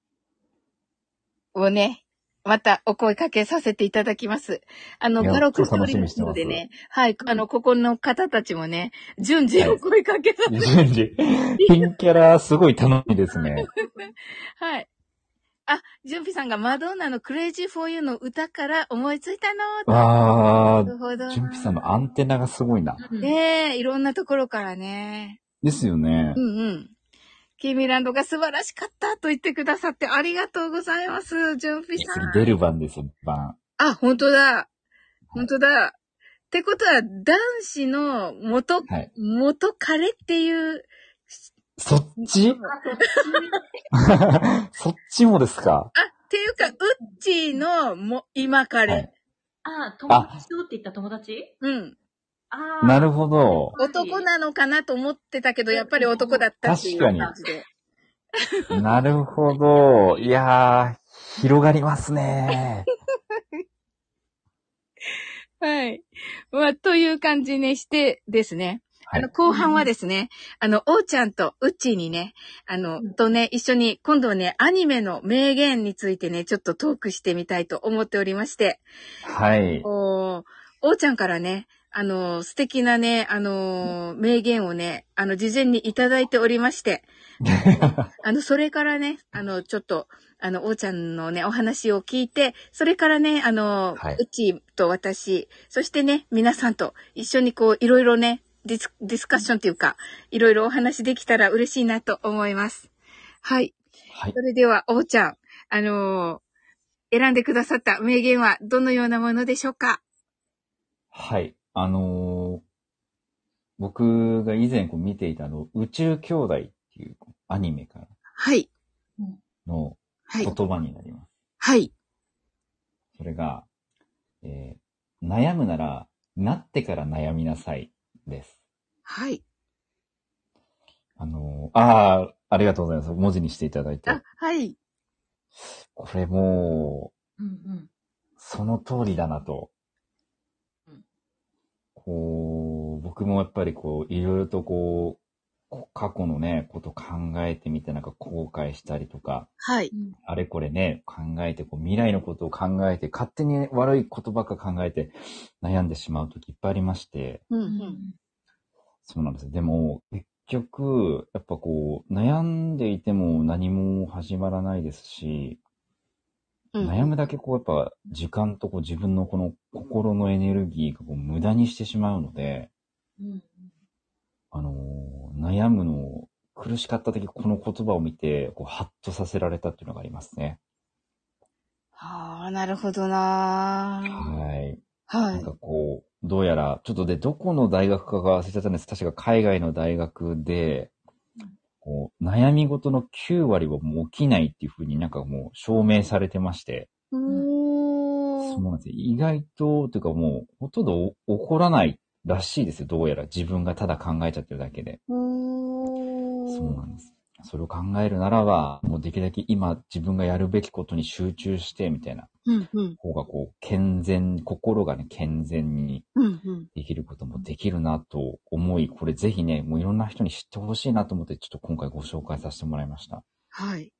S1: をね、またお声かけさせていただきます。あの、
S3: いや
S1: バロック
S3: ちょっと楽しみに
S1: ストーリーので
S3: し
S1: ね、はい、あの、ここの方たちもね、順次お声かけさせて、
S3: 順 次。ピンキャラ、すごい頼みですね。
S1: はい。あ、ジュンピさんがマドンナのクレイジーフォーユーの歌から思いついたのな
S3: わ
S1: るほど
S3: ー、
S1: な。
S3: 純ピさんのアンテナがすごいな。
S1: ねえ、いろんなところからね。
S3: ですよね
S1: う。んうん。キーミランドが素晴らしかったと言ってくださってありがとうございます、ジュンピさん
S3: 次。出る番ですよ、番。
S1: あ、本当だ。本当だ。ってことは、男子の元、
S3: はい
S1: 元彼っていう、
S3: そっち そっちもですか
S1: あ、っていうか、ウッチーのも今彼。
S3: はい
S2: あ、友達どうって言った友達
S1: うん。
S2: あー
S3: なるほど。
S1: 男なのかなと思ってたけど、やっぱり男だったっていう
S3: 確かに
S1: 感じで。
S3: なるほど。いやー、広がりますね。
S1: はい。まあ、という感じにしてですね。
S3: は
S1: あ
S3: い
S1: の、後半はですね、あの、おーちゃんとうっちーにね、あの、とね、一緒に、今度はね、アニメの名言についてね、ちょっとトークしてみたいと思っておりまして、
S3: はい。
S1: おー、おーちゃんからね、あの、素敵なね、あの、名言をね、あの、事前にいただいておりまして、 あの、それからね、あの、ちょっと、あの、おーちゃんのね、お話を聞いて、それからね、あの、
S3: はいう
S1: ちと私、そしてね、皆さんと一緒にこう、いろいろね、ディスディスカッションというか、いろいろお話できたら嬉しいなと思います。はい。
S3: はい
S1: そ。れでは、おーちゃん、あのー選んでくださった名言はどのようなものでしょうか
S5: はい。あのー僕が以前こう見ていたあの、宇宙兄弟っていうアニメから
S1: はい。
S5: の
S1: はい。
S5: 言葉になります。
S1: はい。
S5: それが、えー悩むなら、なってから悩みなさいです。
S1: はい。
S5: あのー
S3: あー、ありがとうございます。文字にしていただいて。
S1: あ、はい。
S3: これも
S2: うんうん。
S3: う、その通りだなと
S2: うん。
S3: こう、僕もやっぱりこう、いろいろとこう、こ過去のね、こと考えてみて、なんか後悔したりとか、
S1: はい。
S3: あれこれね、考えて、こう未来のことを考えて、勝手に悪いことばっか考えて悩んでしまうときいっぱいありまして、
S1: うん
S2: う
S1: うん。
S2: ん
S3: そうなんですよ。でも、結局、やっぱこう、悩んでいても何も始まらないですし、
S1: うん
S3: 悩むだけこう、やっぱ時間とこう自分のこの心のエネルギーがこう無駄にしてしまうので、
S2: うん。
S3: あのー悩むの苦しかった時この言葉を見て、こう、ハッとさせられたっていうのがありますね。
S1: ああ、なるほどな
S3: はい。
S1: ー。は
S3: なん
S1: い。
S3: かこう、どうやら、ちょっとで、どこの大学かが忘れちゃったんです。確か海外の大学で、こう、悩み事の9割はもう起きないっていうふうになんかもう証明されてまして、
S1: お
S3: そう
S1: ー。
S3: なんですよ。意外と、というかもう、ほとんどお起こらないらしいですよ。どうやら自分がただ考えちゃってるだけで。
S1: おー。
S3: そうなんです。それを考えるならば、もうできるだけ今自分がやるべきことに集中して、みたいな
S1: うんうん。
S3: 方がこう、健全、心がね、健全に
S1: うんうん。
S3: できることもできるなと思い、これぜひね、もういろんな人に知ってほしいなと思って、ちょっと今回ご紹介させてもらいました。
S1: はい。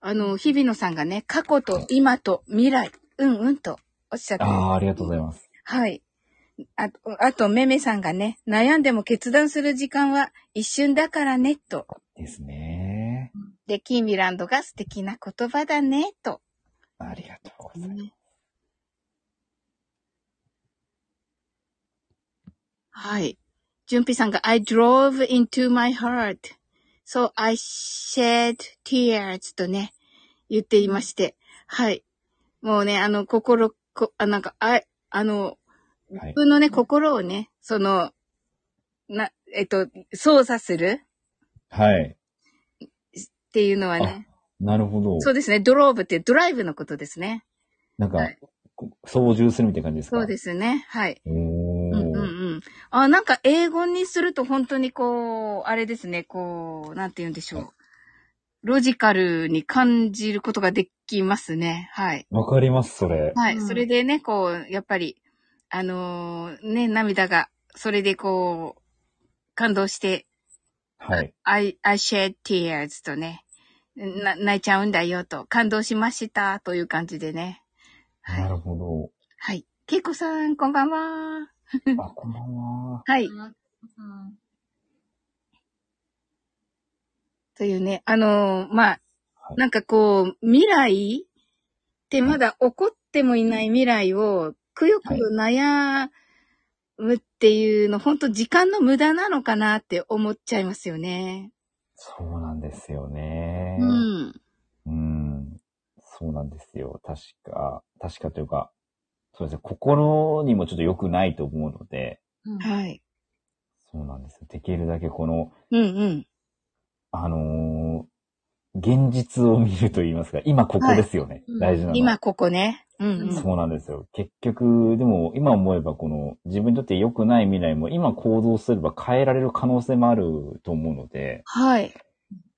S1: あの、日比野さんがね、過去と今と未来、うんうんとおっしゃって
S3: ああ、ありがとうございます。
S1: はい。あと、あと、めめさんがね、悩んでも決断する時間は一瞬だからね、と。
S3: ですね。
S1: で、キーミランドが素敵な言葉だね、と。
S3: ありがとうございます。
S1: はい。純平さんが、I drove into my heart, so I shed tears とね、言っていまして。はい。もうね、あの、心、こあなんか、あ、あの、
S3: はい
S1: 自分のね、心をね、その、な、えっと、操作する
S3: はい。
S1: っていうのはね、
S3: なるほど。
S1: そうですね、ドローブってドライブのことですね。
S3: なんか、
S1: はい
S3: こ操縦するみたいな感じですか。
S1: そうですすね、はい。
S3: お
S1: うんうんう
S3: ー。
S1: ん。あ、なんか英語にすると本当にこう、あれですね、こう、なんて言うんでしょう。ロジカルに感じることができますね。はい。
S3: わかります、それ。
S1: はい。
S2: うん
S1: それでね、こう、やっぱり、あのーね、涙が、それでこう、感動して、
S3: はい。
S1: I, I shed tears とね、な泣いちゃうんだよと、感動しましたという感じでね。は。
S3: ないるほ
S1: はい。けいこさん、こんばんは。
S3: ど。あ、こんばんは。
S1: はい。
S2: うん
S1: というね、あのーまあ
S3: は、い
S1: なんかこう、未来ってまだ起こってもいない未来を、くよくよ悩むっていうの、ほんと時間の無駄なのかなって思っちゃいますよね。
S3: そうなんですよね。
S1: うん。
S3: うん。そうなんですよ。確か、確かというか、そうですね。心にもちょっと良くないと思うので、
S2: うん
S1: はい。
S3: そうなんですよ。できるだけこの、
S1: うんうん。
S3: あのー現実を見ると言いますか、今ここですよね。
S2: はい
S3: 大事なのは。
S1: 今ここね。うんうん。
S3: そうなんですよ。結局、でも今思えばこの自分にとって良くない未来も今行動すれば変えられる可能性もあると思うので、
S1: はい。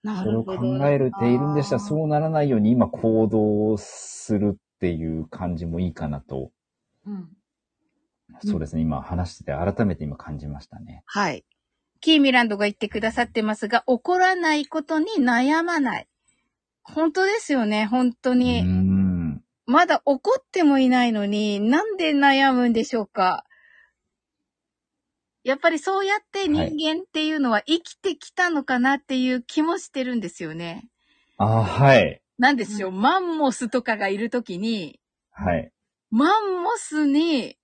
S1: な
S3: それ
S1: る
S3: を
S1: ほど。
S3: 考えるているんでしたら
S1: う。
S3: そうならないように今行動するっていう感じもいいかなと、
S2: うん。
S1: うん
S3: そうですね、今話してて改めて今感じましたね。
S1: はい。キーミランドが言ってくださってますが、怒らないことに悩まない。本当ですよね、本当
S3: う
S1: に。
S3: ん。
S1: まだ怒ってもいないのに、なんで悩むんでしょうかやっぱりそうやって人間っていうのは生きてきたのかなっていう気もしてるんですよね。
S3: あーはい。
S1: なんですよ、マンモスとかがいるときに、
S3: はい。
S1: マンモスに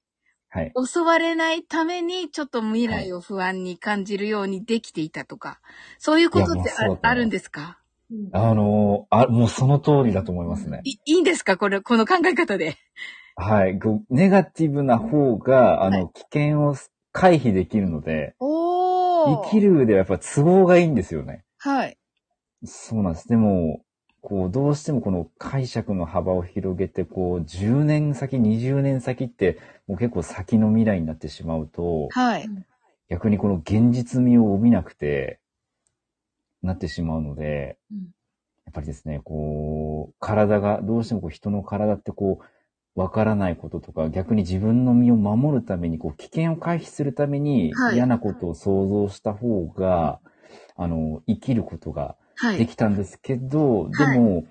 S3: はい。
S1: 襲われないためにちょっと未来を不安に感じるようにできていたとか、そういうことって
S3: いや
S1: あ
S3: もうそうだと思います
S1: あるんですか
S2: うん
S3: あのーあ、もうその通りだと思いますね。
S1: いいいんですかこれ、この考え方で。
S3: はい。こうネガティブな方が、
S1: は
S3: あの、危険を回避できるので、
S1: お
S3: 生き。る上ではやっぱ都合がいいんですよね。
S1: はい。
S3: そうなんです。でも、こう、どうしてもこの解釈の幅を広げて、こう、10年先、20年先って、もう結構先の未来になってしまうと、
S1: はい。
S3: 逆にこの現実味を帯びなくて、なってしまうので、
S2: うん
S3: やっぱりですね、こう、体が、どうしてもこう人の体ってこう、わからないこととか、逆に自分の身を守るために、こう、危険を回避するために
S1: は、い
S3: 嫌なことを想像した方が、あの、生きることが
S1: は
S3: で
S1: い。
S3: きたんですけど、
S1: はい
S3: でも、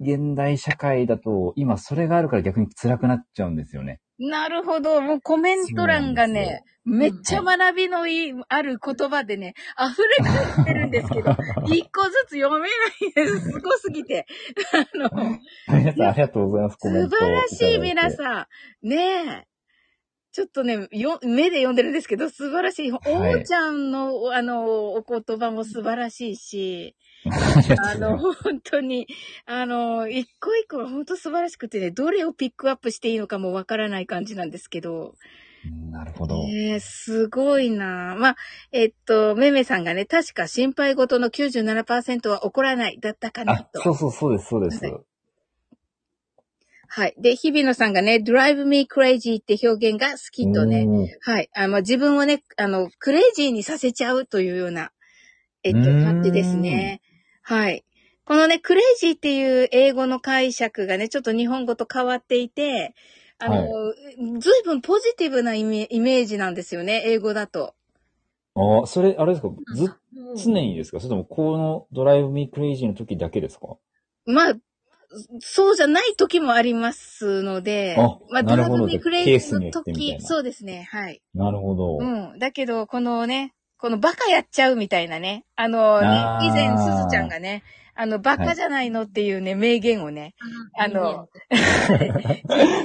S3: 現代社会だと、今それがあるから逆に辛くなっちゃうんですよね。
S1: なるほど。もうコメント欄が
S3: そうなん
S1: ね
S3: で、
S1: めっちゃ学びのいい、ある言葉でね、溢れ返ってるんですけ ど、一個ずつ読めないです。すごすぎて。あの、
S3: 皆さんありがとうございます、コ
S1: 素
S3: メン
S1: 晴
S3: ト
S1: ら
S3: ただ
S1: しい
S3: て
S1: 皆さん。ねえ。ちょっとね、よ、目で読んでるんですけど、素晴らしい。お
S3: い
S1: ーちゃんの、あの、お言葉も素晴らしいし、
S3: ありが
S1: あ
S3: とうござい
S1: の、
S3: ます。
S1: 本当に、あの、一個一個が本当素晴らしくてね、どれをピックアップしていいのかもわからない感じなんですけど。
S3: うんなるほど。
S1: ねえ、すごいなまあ、えっと、めめさんがね、確か心配事の97%は起こらないだったかな
S3: あ、
S1: と。
S3: そうそう、そうです、そうです。
S1: はいはい。で、日比野さんがね、drive me crazy って表現が好きとね。
S3: おー
S1: はい。あの、自分をね、あの、クレイジーにさせちゃうというような、えっと、
S3: うーん
S1: 感じですね。はい。このね、クレイジーっていう英語の解釈がね、ちょっと日本語と変わっていて、あの、ずいぶんポジティブなイメイメージなんですよね、英語だと。
S3: ああ、それ、あれですかず、
S2: もう
S3: 常にですかそれとも、このドライブミークレイジーの時だけですか
S1: まあ、そうじゃない時もありますので
S3: あ、
S1: まあ、ド
S3: なる
S1: ラ
S3: ほど
S1: ブミクレイジー
S3: ケースに
S1: の
S3: よってみたい
S1: 時、
S3: な
S1: そうですね、はい。
S3: なるほど。
S1: うん。だけど、このね、このバカやっちゃうみたいなね。あのね
S3: あ、ー
S1: 以前、すずちゃんがね、あの、バカじゃないのっていうね、名言を ね、あの、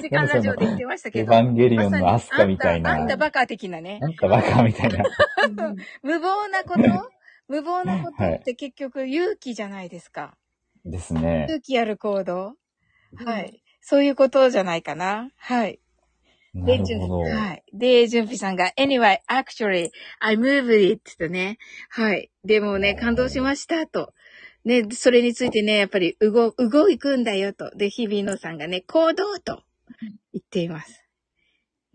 S1: 時間ラジオで言ってました
S3: エ
S1: け
S3: ヴ
S1: ど、
S3: ァンゲリオンのア
S1: ま
S3: ス
S1: さ
S3: カ
S1: に
S3: みたいな。
S1: あんた、あんたバカ的なね
S3: あ。んたバカみたいな。
S2: うん
S1: 無謀なこと無謀なこと
S3: はい
S1: って結局勇気じゃないですか。
S3: で すね。
S1: 勇気ある行動。
S2: うん
S1: はい。そういうことじゃないかな。はい。
S3: な
S1: で、
S3: る
S1: じゅん
S3: ほど。
S1: はい。で、じゅんぴさんが、anyway, actually, I moved it とね。はい。でもね、感動しましたと。ね、それについてね、やっぱり動、動くんだよと。で、日比野さんがね、行動と言っています。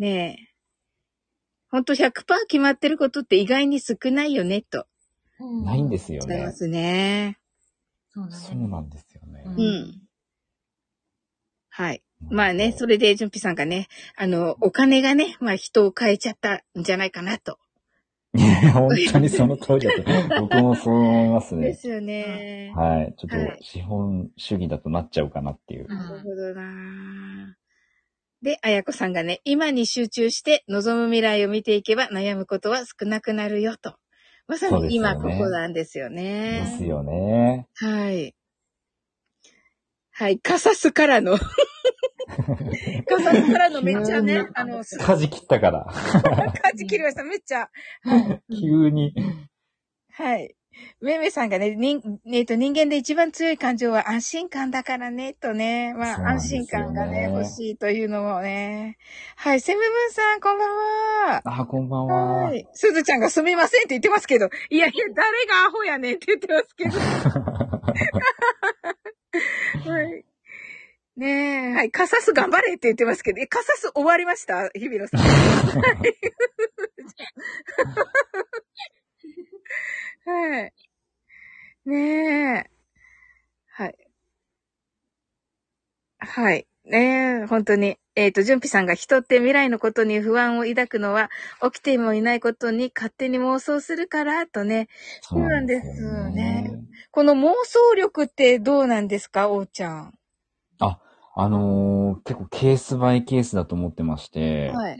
S1: ねえ。ほんと100%決まってることって意外に少ないよね、と。
S2: う
S3: ないんですよ
S1: 違いま
S3: ね。
S1: すね。
S2: そうだ
S3: そう
S2: ね。
S3: なんですよね。
S1: う
S2: うんん。
S1: はい。まあね、そ
S3: れ。
S1: れで、じゅんぴさんがね、あの、お金がね、まあ人を変えちゃったんじゃないかなと。
S3: いや、本当にその通りだ と。僕もそう思います
S1: で
S3: ね。
S1: すよね。
S3: はい。ちょ
S1: は
S3: っ
S1: い
S3: と、資本主義だとなっちゃうかなっていう。
S1: なるほどなぁで、あやこさんがね、今に集中して望む未来を見ていけば悩むことは少なくなるよと。まさ
S3: そうで
S1: に
S3: すよね
S1: 今ここなんですよ
S3: で
S1: ね。
S3: すよね。
S1: はい。はい、カサスから の。カサスからのめっちゃね、あの、す
S3: 舵切ったから。
S1: 感じ切りました。めっちゃ。
S3: 急に。
S1: はい。めめさんがね、人、えっ、と、人間で一番強い感情は安心感だからね、とね。ま
S3: そ
S1: あ、
S3: うなん
S1: 安
S3: ですよね
S1: 心感がね、欲しいというのもね。はい。セムブンさん、こんばんは。
S3: あ、こんばんは
S1: は。い。すずちゃんがすみませんって言ってますけど、いやいや、誰がアホ やねんって言ってますけど。はい。
S7: ねえ。
S1: はい。カサス頑張れって言ってますけど、え、カサス終わりました日比野さん。はい。ねえ。はい。はい。ねえ、本当に。えっ、と、純ピさんが人って未来のことに不安を抱くのは、起きてもいないことに勝手に妄想するから、とね。
S3: そうなんですよ
S1: そうなんです
S3: ね
S1: よ。この妄想力ってどうなんですか、おうちゃん。
S3: あのー結構ケースバイケースだと思ってまして、
S1: はい。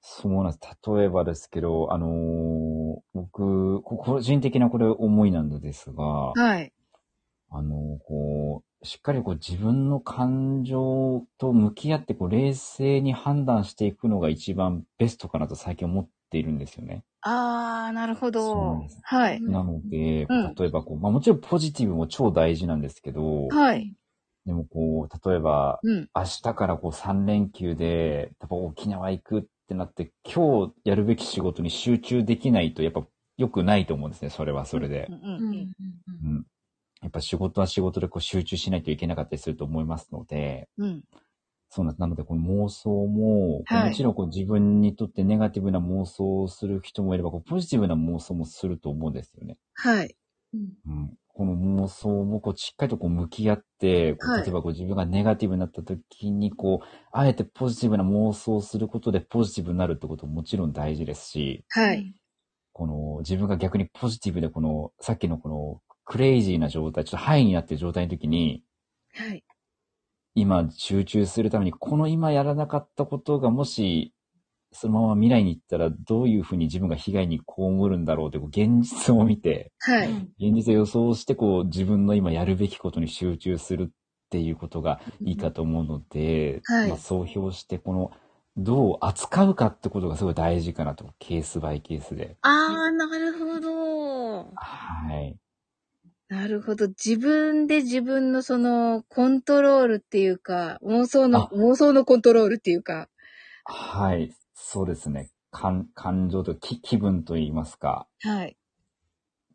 S3: そうなんです。例えばですけど、あのー僕、こ個人的なこれ思いなんですが、
S1: はい。
S3: あの、こう、しっかりこう自分の感情と向き合ってこう冷静に判断していくのが一番ベストかなと最近思っているんですよね。
S1: あー、なるほ
S3: そうな
S1: ど
S3: んです。
S1: はい。
S3: なので、
S1: うん
S3: 例えばこう、まあもちろんポジティブも超大事なんですけど、
S1: はい。
S3: でもこう、例えば
S1: うん。
S3: 明日からこう3連休で、やっぱ沖縄行くってなって、今日やるべき仕事に集中できないとやっぱ良くないと思うんですね、それはそれで
S1: う。
S2: うん
S1: う
S2: んうんんうん
S3: うん。やっぱ仕事は仕事でこう集中しないといけなかったりすると思いますので、
S1: うん。
S3: そうなんです。なので、この妄想も、
S1: はい
S3: もちろんこう自分にとってネガティブな妄想をする人もいれば、こうポジティブな妄想もすると思うんですよね。
S1: はい。
S2: うん
S3: うん、この妄想もこうしっかりとこう向き合って、こう
S1: はい
S3: 例えばこう自分がネガティブになった時に、こう、あえてポジティブな妄想をすることでポジティブになるってことももちろん大事ですし、
S1: はい。
S3: この自分が逆にポジティブでこの、さっきのこのクレイジーな状態、ちょっとハイになってる状態の時に、
S1: はい。
S3: 今集中するために、この今やらなかったことがもし、そのまま未来に行ったらどういうふうに自分が被害に被るんだろうって、こう現実を見て、
S1: は
S2: う
S1: い。
S2: ん
S3: 現実を予想して、こう自分の今やるべきことに集中するっていうことがいいかと思うので、
S1: はい
S3: まあ総評して、この、どう扱うかってことがすごい大事かなと、ケースバイケースで。
S1: あー、なるほど。
S3: はい。
S1: なるほど。自分で自分のその、コントロールっていうか、妄想の、
S3: あ
S1: 妄想のコントロールっていうか。
S3: はい。そうですね。感感情と気気分といいますか。
S1: はい。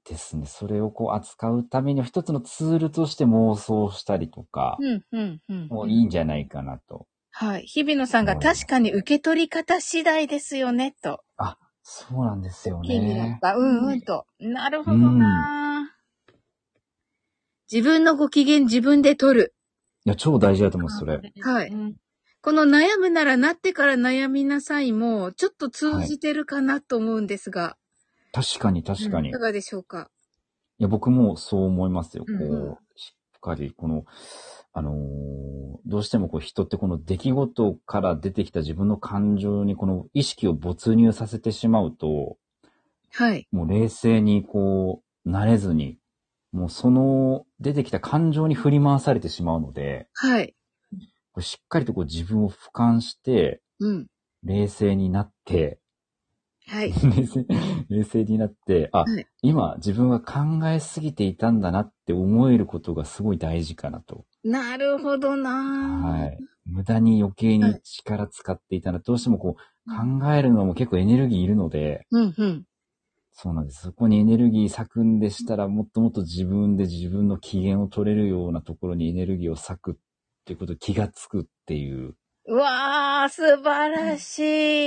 S3: ですね。それをこう扱うためには一つのツールとして妄想したりとか、
S1: うん、うん、うん。
S3: もういいんじゃないかなと。
S1: はい。日々野さんが
S3: うん
S1: 確かに受け取り方次第ですよね、と。
S3: そうなんですよ
S1: 日々野
S3: ね。
S1: が、うんうんと。なるほどなぁ自分のご機嫌自分で取る。
S3: いや、超大事だと思います、それ。
S1: は
S2: う
S1: い。
S2: ん
S1: この悩むならなってから悩みなさいも、ちょっと通じてるかなと思うんですが、
S3: 確かに、確かに。
S1: い
S3: い
S1: かがでしょうか
S3: や、僕もそう思いますよ。こ
S1: うんうん
S3: う、しっかり、この、あのーどうしてもこう人ってこの出来事から出てきた自分の感情にこの意識を没入させてしまうと、
S1: はい。
S3: もう冷静にこう、なれずに、もうその出てきた感情に振り回されてしまうので、
S1: はい。
S3: こうしっかりとこう自分を俯瞰して、
S1: うん。
S3: 冷静になって、
S1: はい。
S3: 冷静 冷静になって、あ、
S1: はい
S3: 今自分が考えすぎていたんだなって思えることがすごい大事かなと。
S1: なるほど
S3: は
S1: なぁ
S3: い。無駄に余計に力使っていたな。どうしてもこう、考えるのも結構エネルギーいるので、
S1: うんうん。
S3: そうなんです。そこにエネルギー割くんでしたら、もっともっと自分で自分の機嫌を取れるようなところにエネルギーを割くっていうこと、気がつくっていう。
S1: うわぁ、素晴らし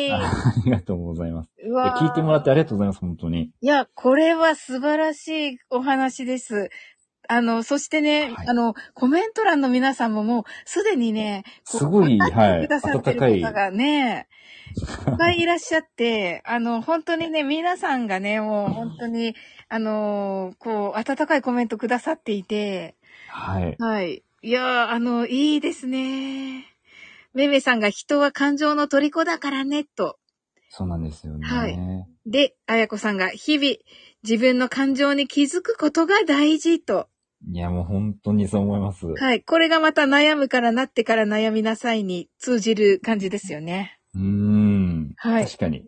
S1: い。
S3: ありがとうございます。
S1: う
S3: いや
S1: わぁ
S3: 聞いてもらってありがとうございます、本当に。
S1: いや、これは素晴らしいお話です。あの、そしてね、
S3: はい
S1: あの、コメント欄の皆さんももうすでにね、こう
S3: すごい、
S1: わかっ
S3: は
S1: て
S3: い
S1: くだ、さって
S3: 温
S1: る
S3: かい。
S1: 方がね、いっぱいいらっしゃって、あの、本当にね、皆さんがね、もう本当に、あの、こう、温かいコメントくださっていて、
S3: はい。
S1: はい。いやー、あの、いいですね。めめさんが人は感情の虜だからね、と。
S3: そうなんですよね。
S1: は
S3: はいい。
S1: で、あやこさんが日々自分の感情に気づくことが大事と。
S3: いや、もう本当にそう思います。
S1: はい。これがまた悩むからなってから悩みなさいに通じる感じですよね。
S3: うーん。
S1: はい
S3: 確かに。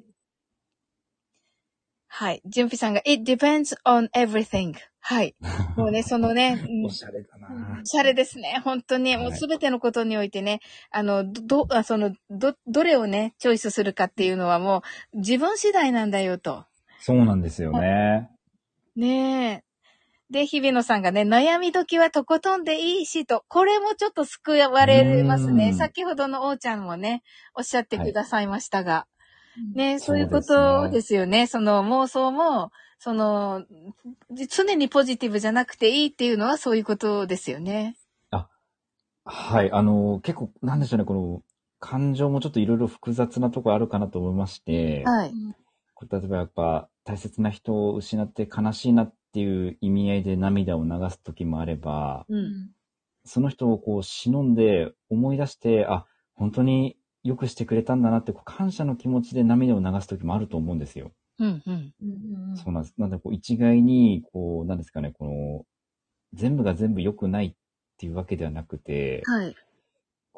S1: はい。じゅんぴさんが、it depends on everything. はい。もうね、そのね、うん
S3: おしゃれだな
S1: おしゃれですね。本当に、
S3: はい
S1: もうすべてのことにおいてね、あの、ど、どあその、ど、どれをね、チョイスするかっていうのはもう自分次第なんだよと。
S3: そうなんですよね。
S1: ねえ。で、日比野さんがね、悩み時はとことんでいいしと、これもちょっと救われます
S3: う
S1: ね。
S3: ん
S1: 先ほどのおーちゃんもね、おっしゃってくださいましたが。ね、
S3: そ
S1: そううい
S3: です
S1: う
S3: ね
S1: ことですよね。その妄想も、その、常にポジティブじゃなくていいっていうのはそういうことですよね。
S3: はい、あの、結構、なんでしょうね、この、感情もちょっといろいろ複雑なとこあるかなと思いまして、
S1: はい。
S3: 例えばやっぱ、大切な人を失って悲しいなっていう意味合いで涙を流す時もあれば、
S1: うん。
S3: その人をこう忍んで思い出して、あ、本当によくしてくれたんだなって、こう感謝の気持ちで涙を流す時もあると思うんですよ。
S1: うん、うん。
S2: うんうん
S3: そうなんです。なんでこう一概に、こう、なんですかね、この、全部が全部良くないっていうわけではなくて、
S1: はい。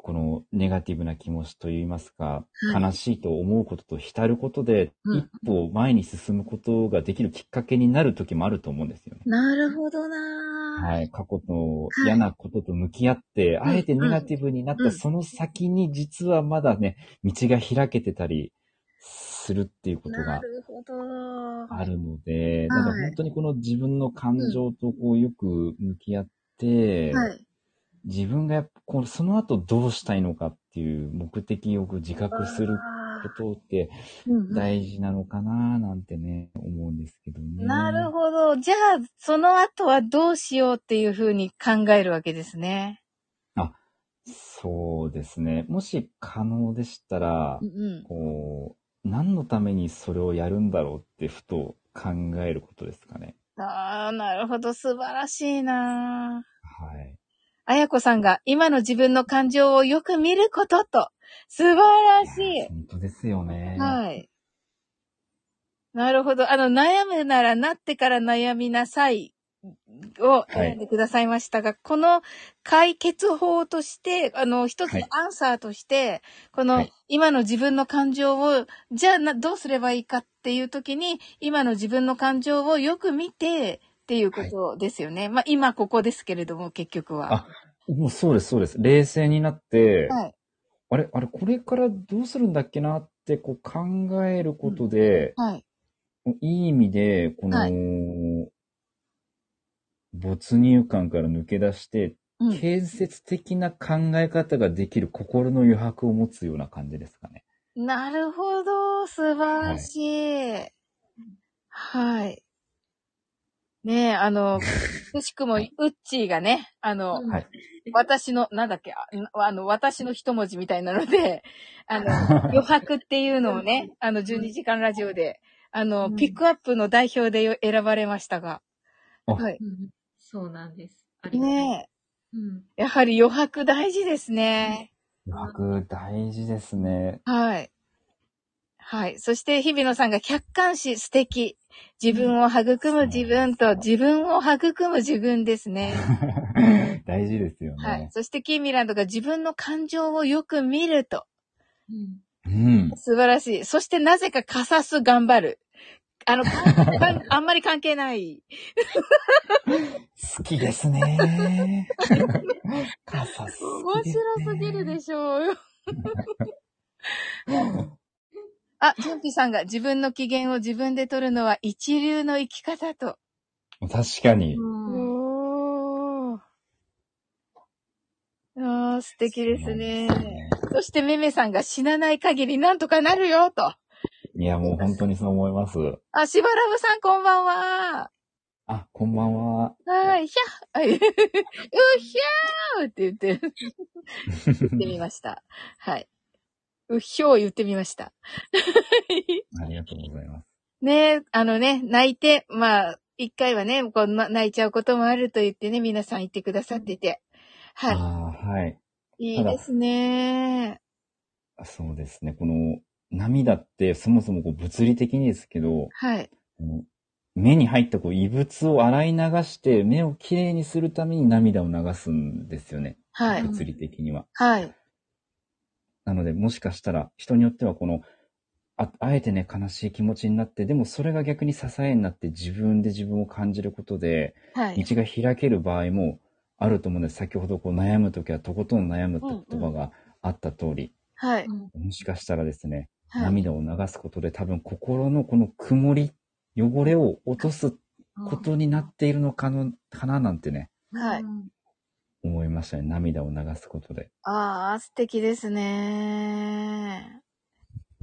S3: このネガティブな気持ちといいますか、
S1: はい
S3: 悲しいと思うことと浸ることで、
S1: うん
S3: 一歩前に進むことができるきっかけになる時もあると思うんですよね。
S1: なるほどなぁ。
S3: はい。過去の嫌なことと向き合って、
S1: ん
S3: あえてネガティブになっ
S1: う
S3: た
S1: ん
S3: その先に実はまだね、道が開けてたりするっていうこと
S1: な
S3: が
S1: るほど。
S3: あるので、
S1: はい
S3: だから本当にこの自分の感情とこうよく向き合って、
S1: はい。
S3: 自分がやっぱこうその後どうしたいのかっていう目的をこう自覚することって
S1: うんうん
S3: 大事なのかななんてね、思うんですけどね。
S1: なるほど。じゃあ、その後はどうしようっていうふうに考えるわけですね。
S3: そうですね。もし可能でしたら、
S1: うん
S3: こう、何のためにそれをやるんだろうってふと考えることですかね。
S1: うん。ああ、なるほど。素晴らしいなぁ。
S3: はい。
S1: あやこさんが今の自分の感情をよく見ることと、素晴らし
S3: い
S1: い
S3: や。本当ですよね。
S1: はい。なるほど。あの、悩むならなってから悩みなさいを選んでくださいましたが、この解決法として、あの、一つの
S3: はい
S1: アンサーとして、この、
S3: はい
S1: 今の自分の感情を、じゃあなどうすればいいかっていう時に、今の自分の感情をよく見て、っていうことですよね。まあ、今ここですけれども、結局は。
S3: もうそうです、そうです。冷静になって、
S1: はい。
S3: あれ、あれ、これからどうするんだっけなってこう考えることで、
S1: はい。
S3: いい意味で、この、
S1: は
S3: 没入感から抜け出して、
S1: うん。
S3: 建設的な考え方ができる心の余白を持つような感じですか ね。
S1: なるほど。素晴らしい。はい。ねえ、あ の、くしくも、ウ
S3: は
S1: ッ
S3: い
S1: チーがね、あの、
S2: うん
S3: はい
S1: 私の、なんだっけ、ああの、私の一文字みたいなの で、あの、余白っていうのをね、あの、12時間ラジオで、あの、
S2: うん
S1: ピックアップの代表でよ選ばれましたが。
S3: あ
S1: はい。
S2: うんそうなんです。ありがたい。
S1: ね
S2: うん
S1: え、やはり余白大事ですね。
S3: 余白大事ですね。
S1: はい。はい。そして、日比野さんが客観視素敵。自分を育む自分と、自分を育む自分ですね。
S3: 大事ですよね。
S1: はい。そして、キーミランドが自分の感情をよく見ると。
S2: うん
S3: うん。
S1: 素晴らしい。そして、なぜかかさす頑張る。あの、かん あんまり関係ない。
S3: 好きですね。傘好
S1: 面
S3: きです、ね。
S1: 白すぎるでしょうよ。 あ、ジョンピさんが自分の機嫌を自分で取るのは一流の生き方と。
S3: 確かに。
S2: うん
S1: おー。あー素敵ですね。そして、めめさんが死なない限りなんとかなるよ、と。
S3: いや、もう本当にそう思います。
S1: あ、しばらぶさんこんばんは。
S3: あ、こんばん は。
S1: はい、 ひゃっ、うひゃーって言ってる、言ってみました。はい。うひょー言ってみました。
S3: ありがとうございます。
S1: ねえ、あのね、泣いて、まあ、一回はね、こうな泣いちゃうこともあると言ってね、皆さん言ってくださってて。
S3: あ
S1: は
S3: あ、はい。
S1: い。いいですね。
S3: そうですね。この涙ってそもそもこう物理的にですけど、
S1: はい。
S3: こう目に入ったこう異物を洗い流して目をきれいにするために涙を流すんですよね。
S1: はい。
S3: 物理的には。
S1: はい。
S3: なので、もしかしたら人によってはこの、ああえてね、悲しい気持ちになって、でもそれが逆に支えになって自分で自分を感じることで、
S1: はい。
S3: 道が開ける場合もあると思うんです。先ほどこう悩むときはとことん悩むって言葉があった通り、
S1: はい。
S3: もしかしたらですね、
S1: はい。
S3: 涙を流すことで多分心のこの曇り、汚れを落とすことになっているのかの、かななんてね、
S1: はい。
S3: 思いましたね。涙を流すことで。
S1: ああ、素敵ですね。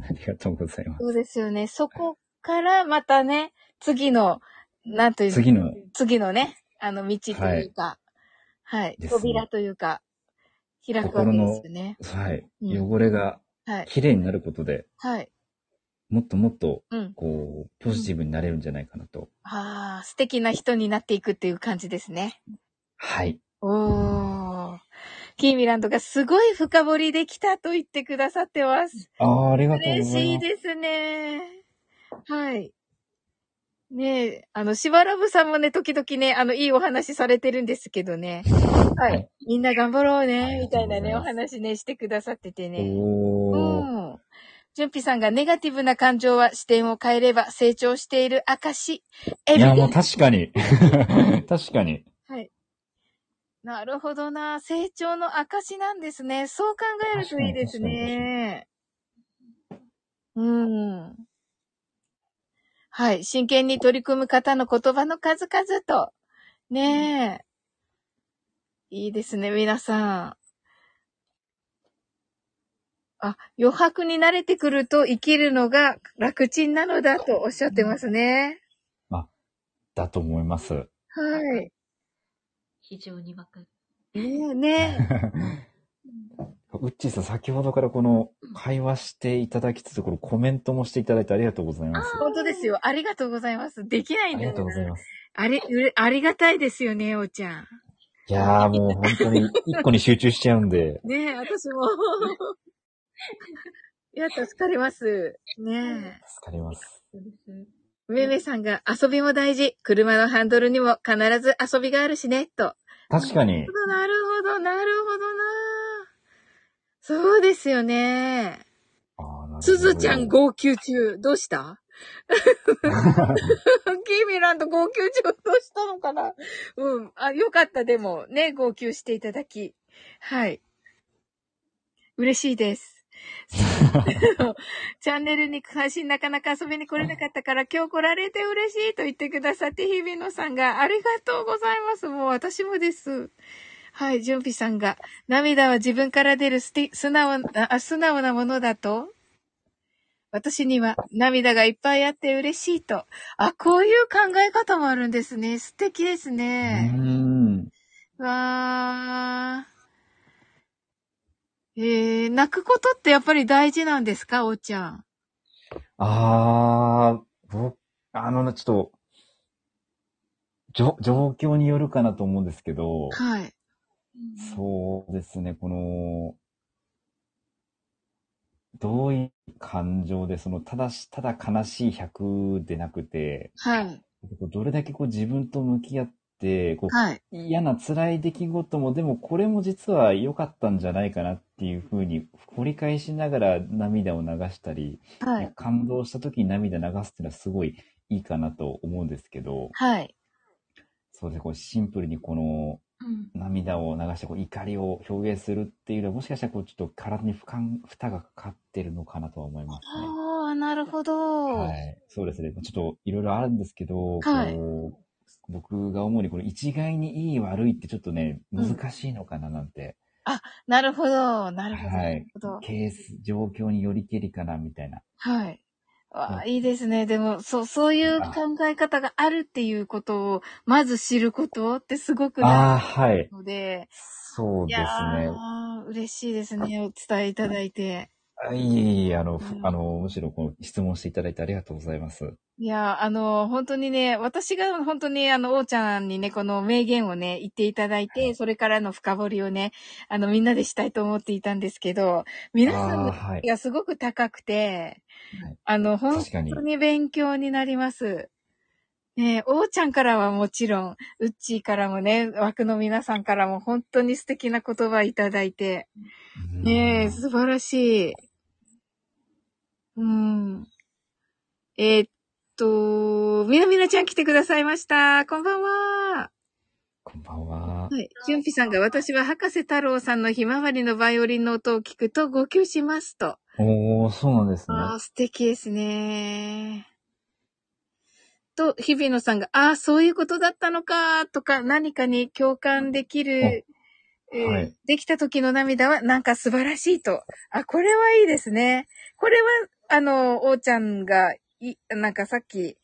S3: ありがとうございます。
S1: そうですよね。そこからまたね、次の、なんという
S3: 次の、
S1: 次のね、あの道というか、はい、
S3: ですね
S1: 扉というか、開くわけですよね。
S3: はい、
S1: うん
S3: 汚れが
S1: はい、
S3: 綺麗になることで、
S1: はい。
S3: もっともっと、
S1: うん。
S3: こう、ポジティブになれるんじゃないかなと。
S1: ああ、素敵な人になっていくっていう感じですね。
S3: はい。
S1: おー。キーミランドがすごい深掘りできたと言ってくださってます。
S3: ああ、ありがとうご
S1: 嬉
S3: ざ
S1: し
S3: い
S1: い
S3: ます。
S1: ですね。はい。ねえ、あの、しばらぶさんもね、時々ね、あの、いいお話されてるんですけどね。は
S3: はいい。
S1: みんな頑張ろう
S3: あ
S1: ね、
S3: り
S1: み
S3: がと
S1: た
S3: う
S1: い
S3: ご
S1: な
S3: ざ
S1: い
S3: ます
S1: ね、お話ね、してくださっててね。
S3: おー。
S1: うん。ジュンピさんがネガティブな感情は視点を変えれば成長している証。エ
S3: い
S1: ビデ
S3: や、
S1: ン
S3: もう確かに。確かに。
S1: はい。なるほどな。成長の証なんですね。そう考えるといいですね。うん。はい。真剣に取り組む方の言葉の数々と。ねえ。いいですね、皆さん。あ、余白に慣れてくると生きるのが楽ちんなのだとおっしゃってますね。
S3: だと思い ます。
S1: はい。
S2: 非常にわかる。
S1: ねえ、ね
S3: うっちーさん、先ほどからこの会話していただきつつ、このコメントもしていただいてありがとうございます
S1: え。。本当ですよ。ありがとうございます。できない
S3: あ
S1: んだ
S3: り
S1: よ
S3: が
S1: な
S3: とうございます。
S1: あり、うれありがたいですよね、おちゃん。
S3: いやーもう本当に一個に集中しちゃうんで、
S1: ねえ、私 も。いや、助かります。ねえ。
S3: 助かります。
S2: そうです。
S1: めめさんが遊びも大事。車のハンドルにも必ず遊びがあるしね、と。
S3: 確かに、
S1: なるほど、なるほどな。そうですよね。
S3: あーなるほど
S1: すずちゃん号泣中。どうした キーミランド号泣中どうしたのかなうん。あ、よかった、でも。ね、号泣していただき。はい。嬉しいです。チャンネルに関心なかなか遊びに来れなかったから今日来られて嬉しいと言ってくださって、日比野さんがありがとうございます。もう私もです。はい、純比さんが涙は自分から出るすて素直な、あ素直なものだと私には涙がいっぱいあって嬉しいと。あ、こういう考え方もあるんですね。素敵です
S3: う
S1: ね。
S3: ーん。
S1: わー。えー、泣くことってやっぱり大事なんですかおうちゃん。
S3: あー、僕、あのね、ちょっと、じょ状況によるかなと思うんですけど、
S1: はい。
S3: そうですね、この、どういう感情で、その、ただし、ただ悲しい100でなくて、
S1: はい。
S3: こうどれだけこう自分と向き合って、こう
S1: はい。
S3: 嫌な辛い出来事も、でもこれも実は良かったんじゃないかなっていうふうに、掘り返しながら涙を流したり、
S1: はい。
S3: 感動した時に涙流すっていうのはすごいいいかなと思うんですけど、
S1: はい。
S3: そうですね、こうシンプルにこの
S2: うん。
S3: 涙を流してこう怒りを表現するっていうのは、もしかしたらこうちょっと体に負荷、負荷がかかってるのかなとは思いますね。
S1: あー、なるほど。
S3: はい。そうですね。ちょっといろいろあるんですけど、
S1: はい
S3: こう僕が思うに、これ一概にいい悪いってちょっとね、
S1: うん
S3: 難しいのかななんて、
S1: なるほど。なるほど。
S3: は
S1: なる
S3: い
S1: ほど。
S3: ケース、状況によりけりかなみたいな。
S1: はい。わあ、
S3: う
S1: いいですね。でも、そう、そういう
S3: あ
S1: 考え方があるっていうことを、まず知ることってすごく
S3: ああ、
S1: な
S3: はい
S1: い。ので、
S3: そう
S1: い
S3: です
S1: や
S3: ね。
S1: ー、嬉しいですね。お伝えいただいて。
S3: あいえいえいえ、あの、ふ
S1: うん
S3: あの、むしろこの質問していただいてありがとうございます。
S1: いやー、あの、本当にね、私が本当に、あの、おーちゃんにね、この名言をね、言っていただいて、それからの深掘りをね、あの、みんなでしたいと思っていたんですけど、皆さん
S3: あ
S1: の
S3: あ、はい。
S1: がすごく高くて
S3: はい、
S1: あの、本
S3: 確かに
S1: 当。に勉強になります。ねえ、おーちゃんからはもちろん、うっちーからもね、枠の皆さんからも本当に素敵な言葉いただいて、ねえ、
S3: うん
S1: 素晴らしい。うん。えーっと、みなみなちゃん来てくださいました。こんばんは。
S3: こんばん
S1: は
S3: は。
S1: い。じゅんぴさんが私は博士太郎さんのひまわりのバイオリンの音を聞くと号泣しますと。
S3: おー、そうなんですね。
S1: ああ、素敵ですね。と、日比野さんが、ああ、そういうことだったのか、とか、何かに共感できる、えー
S3: はい
S1: できた時の涙は、なんか素晴らしいと。あ、これはいいですね。これは、あの、おーちゃんが、い、なんかさっき、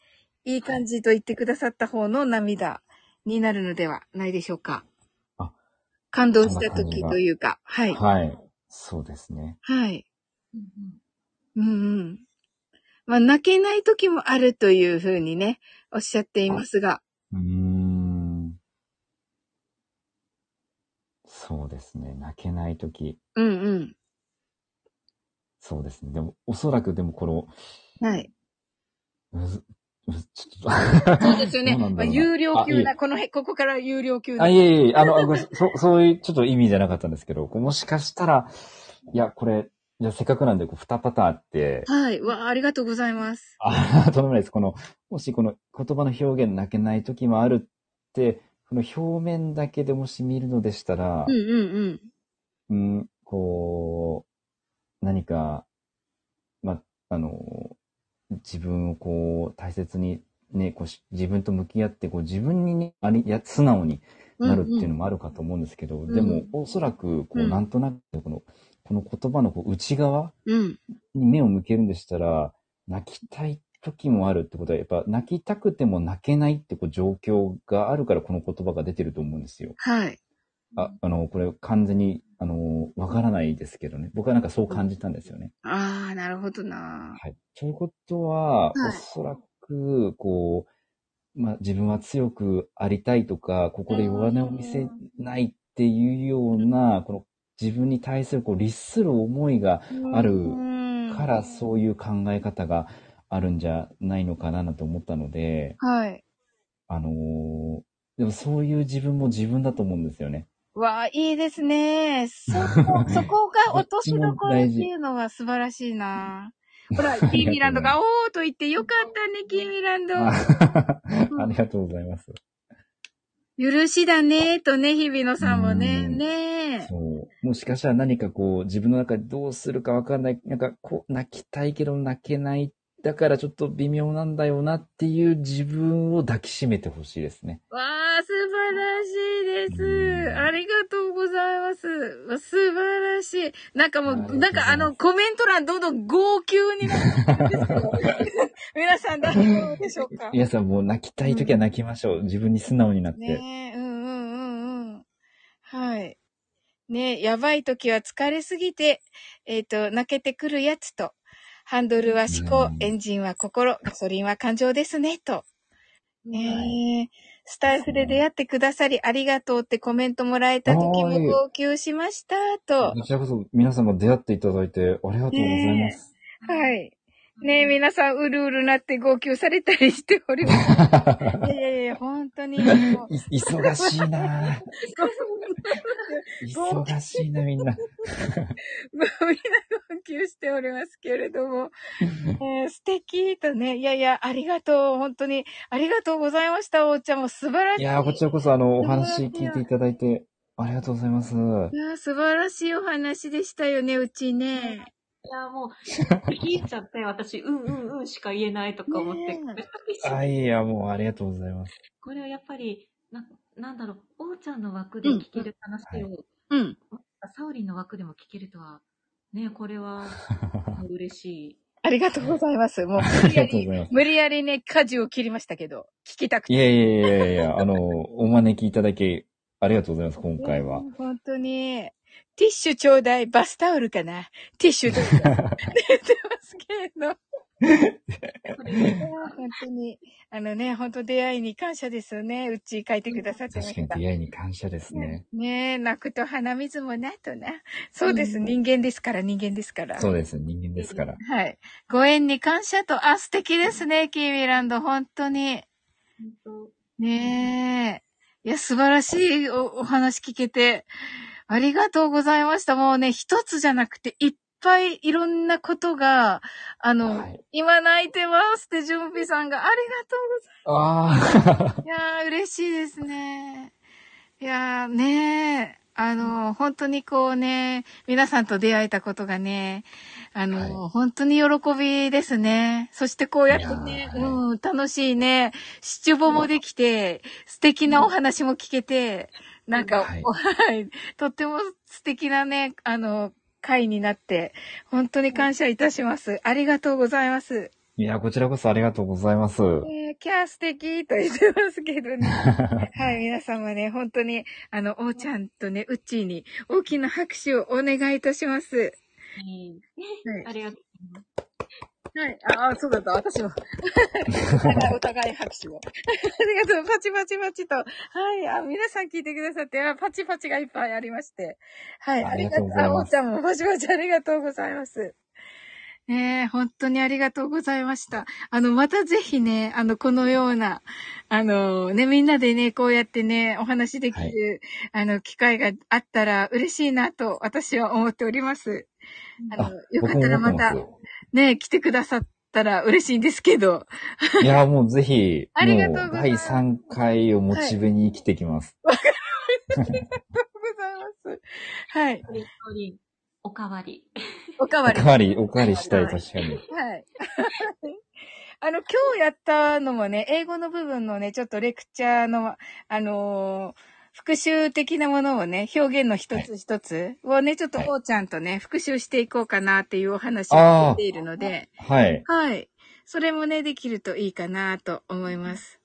S1: いい感じと言ってくださった方の涙になるのではないでしょうか。
S3: あ
S1: 感動し
S3: そん
S1: た
S3: な感じ
S1: 時
S3: が
S1: というか、はい。
S3: はい。そうですね。
S1: はい。
S2: うんう
S1: う
S2: ん
S1: んうん。まあ、泣けない時もあるというふうにね、おっしゃっていますが。
S3: うーん。そうですね。泣けないとき。
S1: うん
S3: そうですね。でも、おそらくでもこの、
S1: うん。はい。
S3: むず、むずちょっ と。
S1: そうですよね。
S3: どうなん
S1: まあ、
S3: だろうな
S1: 有料級
S3: あい
S1: な、
S3: い
S1: この辺、ここから有料級
S3: あ、
S1: な。
S3: いえいえ、あの、あごめんなさいそそういう、ちょっと意味じゃなかったんですけど、こうもしかしたら、いや、これ、じゃあせっかくなんで、こう、2パターンあって、
S1: はい。わあ、ありがとうございます。
S3: あ、とんでもないです。この、もしこの言葉の表現泣けない時もあるって、この表面だけでもし見るのでしたら
S1: うん、うん
S3: うん、こう、何か、ま、あの、自分をこう、大切に、ね、こうし、自分と向き合って、こう、自分にね、あり、や、素直に
S1: うん。
S3: なるっていうの
S1: も。
S3: もあるかと思うんですけど、
S1: ん
S3: でも、おそらく、こ
S1: う
S3: う、
S1: ん
S3: なんとなく、この、この言葉のこう内側
S1: うん。
S3: に目を向けるんでしたら、泣きたい時もあるってことは、やっぱ泣きたくても泣けないってこう状況があるからこの言葉が出てると思うんですよ。
S1: はい。
S3: あ、あの、これ完全に、あの、わからないですけどね。僕はなんかそう感じたんですよね。
S1: ああ、なるほどな。
S3: はい。ということは、
S1: い
S3: おそらく、こう、まあ、自分は強くありたいとか、ここで弱音を見せないっていうような、この自分に対するこう律する思いがある
S1: うん
S3: からそういう考え方があるんじゃないのかなと思ったので、
S1: はい。
S3: あのーでもそういう自分も自分だと思うんですよね。
S1: わあ、いいですね。そ こ、そこが落としどころっていうのは素晴らしいな。ほら、キーミランドが、おーと言ってよかったね、キーミラン ド。
S3: あ
S1: うん
S3: ありがとうございます。
S1: 許しだねーとね、日比野さんもね、
S3: うん
S1: ね
S3: そう。もしかしたら何かこう、自分の中でどうするかわかんない、なんかこう、泣きたいけど泣けない、だからちょっと微妙なんだよなっていう自分を抱きしめてほしいですね。
S1: わあ、素晴らしいで
S3: う
S1: す。
S3: ん
S1: ありがとうございます。わ素晴らしい。なんかも
S3: ありがと
S1: う、
S3: うご
S1: なん
S3: ざいます
S1: かあの、コメント欄どんどん号泣になってるんですけど、 皆さん大丈夫でしょうか
S3: 皆さんもう泣きたい時は泣きましょう。自分に素直になって。
S1: ねえ、うんうんうんうん。はい。ねえ、やばい時は疲れすぎて、えっ、と、泣けてくるやつと、ハンドルは思考、
S3: うん
S1: エンジンは心、ガソリンは感情ですね、と。ねえ、スタイフで出会ってくださりありがとうってコメントもらえた時
S3: は
S1: も
S3: い
S1: 号泣しました、と。
S3: こちらこそ皆様出会っていただいてありがとうございます。
S1: はい。ねえ、皆さん、うるうるなって号泣されたりしており ます。いやいやいや、本当に、もう
S3: い忙しいなぁ忙しいなみんな。
S1: みんな号泣しておりますけれど も、えー素敵とね、いやいや、ありがとう、本当に、ありがとうございました、おーちゃんも素晴らし
S3: い
S1: い。
S3: やーこちらこそあの、お話聞いていただいてありがとうございます。
S1: いやー素晴らしいお話でしたよね、うちね。
S2: いや、もう、聞いちゃって、私、うんうんうんしか言えないとか思って、
S1: ね
S3: あ、いや、もうありがとうございます。
S2: これはやっぱり、ななんだろう、王ちゃんの枠で聞ける話
S3: う
S2: を、
S1: うん。
S2: サオリンの枠でも聞けるとは、ね、これ は、 嬉しい。
S1: ありがとうございます。もう、
S3: ありがとうございます。
S1: 無理やりね、舵を切りましたけど、聞きたくて。
S3: いやいやいやいや、あの、お招きいただきありがとうございます、今回は
S1: ね。え本当に。ティッシュちょうだい、バスタオルかな。ティッシュ ちょうだい。出てますけど。本当に。あのね、本当出会いに感謝ですよね。うち書いてくださってま
S3: 確かに
S1: した。
S3: 出会いに感謝ですね。
S1: ねえ、泣くと鼻水もなとな。そうです。人間ですから、人間ですから。
S3: そうです、人間ですから。
S1: はい。ご縁に感謝と、あ、素敵ですね、キーミランド。本当に。
S2: 本
S1: ねえ。いや、素晴らしいおお話聞けて、ありがとうございました。もうね、一つじゃなくて、いっぱいいろんなことが、あの、
S3: はい
S1: 今泣いてますって、ジュンピさんが、ありがとう
S3: ああ。
S1: ございます。いやー、嬉しいですね。いやー、ねえ。あの、本当にこうね、皆さんと出会えたことがね、あの、本当に喜びですね。そしてこうやってね、
S3: いやー
S1: うん、楽しいね、シチュボもできて、素敵なお話も聞けて、なんか、
S3: はい
S1: はい、とっても素敵なね、あの、会になって、本当に感謝いたします。ありがとうございます。
S3: いや、こちらこそありがとうございま
S1: え
S3: す。
S1: ー、キャー素敵と言ってますけどね。はい、皆様ね、本当に、あの、おーちゃんとね、うっちーに大きな拍手をお願いいたします。
S2: い
S1: はい
S2: ありがとうございます。
S1: はい。ああ、そうだった。私 も。お互い拍手を。ありがとう。パチパチパチと。はい。あ、皆さん聞いてくださって、あパチパチがいっぱいありまして。はい。
S3: ありがとうござい
S1: あ、お
S3: ま
S1: ー
S3: す
S1: ちゃんもパチパチありがとうございます。ねえ、本当にありがとうございました。あの、またぜひね、あの、このような、あの、ね、みんなでね、こうやってね、お話しできる、あの、機会があったら嬉しいなと、私は思っております。あの、よかっ
S3: 僕
S1: た
S3: も思
S1: ら
S3: って
S1: ま
S3: ま
S1: た
S3: す。
S1: ね、来てくださったら嬉しいんですけど。
S3: いや、もうぜひ、
S1: ありがとう
S3: もう
S1: ござい
S3: 第
S1: ます
S3: 3回をモチベに生きてきます。
S1: ございます。はい。
S2: これよりおかわり。
S1: おかわ
S3: お
S1: り。
S3: かわり、おかわりしたい、
S2: はい
S3: 確かに。
S1: はい。 あの、今日やったのもね、英語の部分のね、ちょっとレクチャーの、あのー復習的なものをね、表現の一つ一つをね、ちょっと
S3: はい
S1: おーちゃんとね、復習していこうかなっていうお話を
S3: あー
S1: しているので、
S3: はい。
S1: はい。それもね、できるといいかなと思います。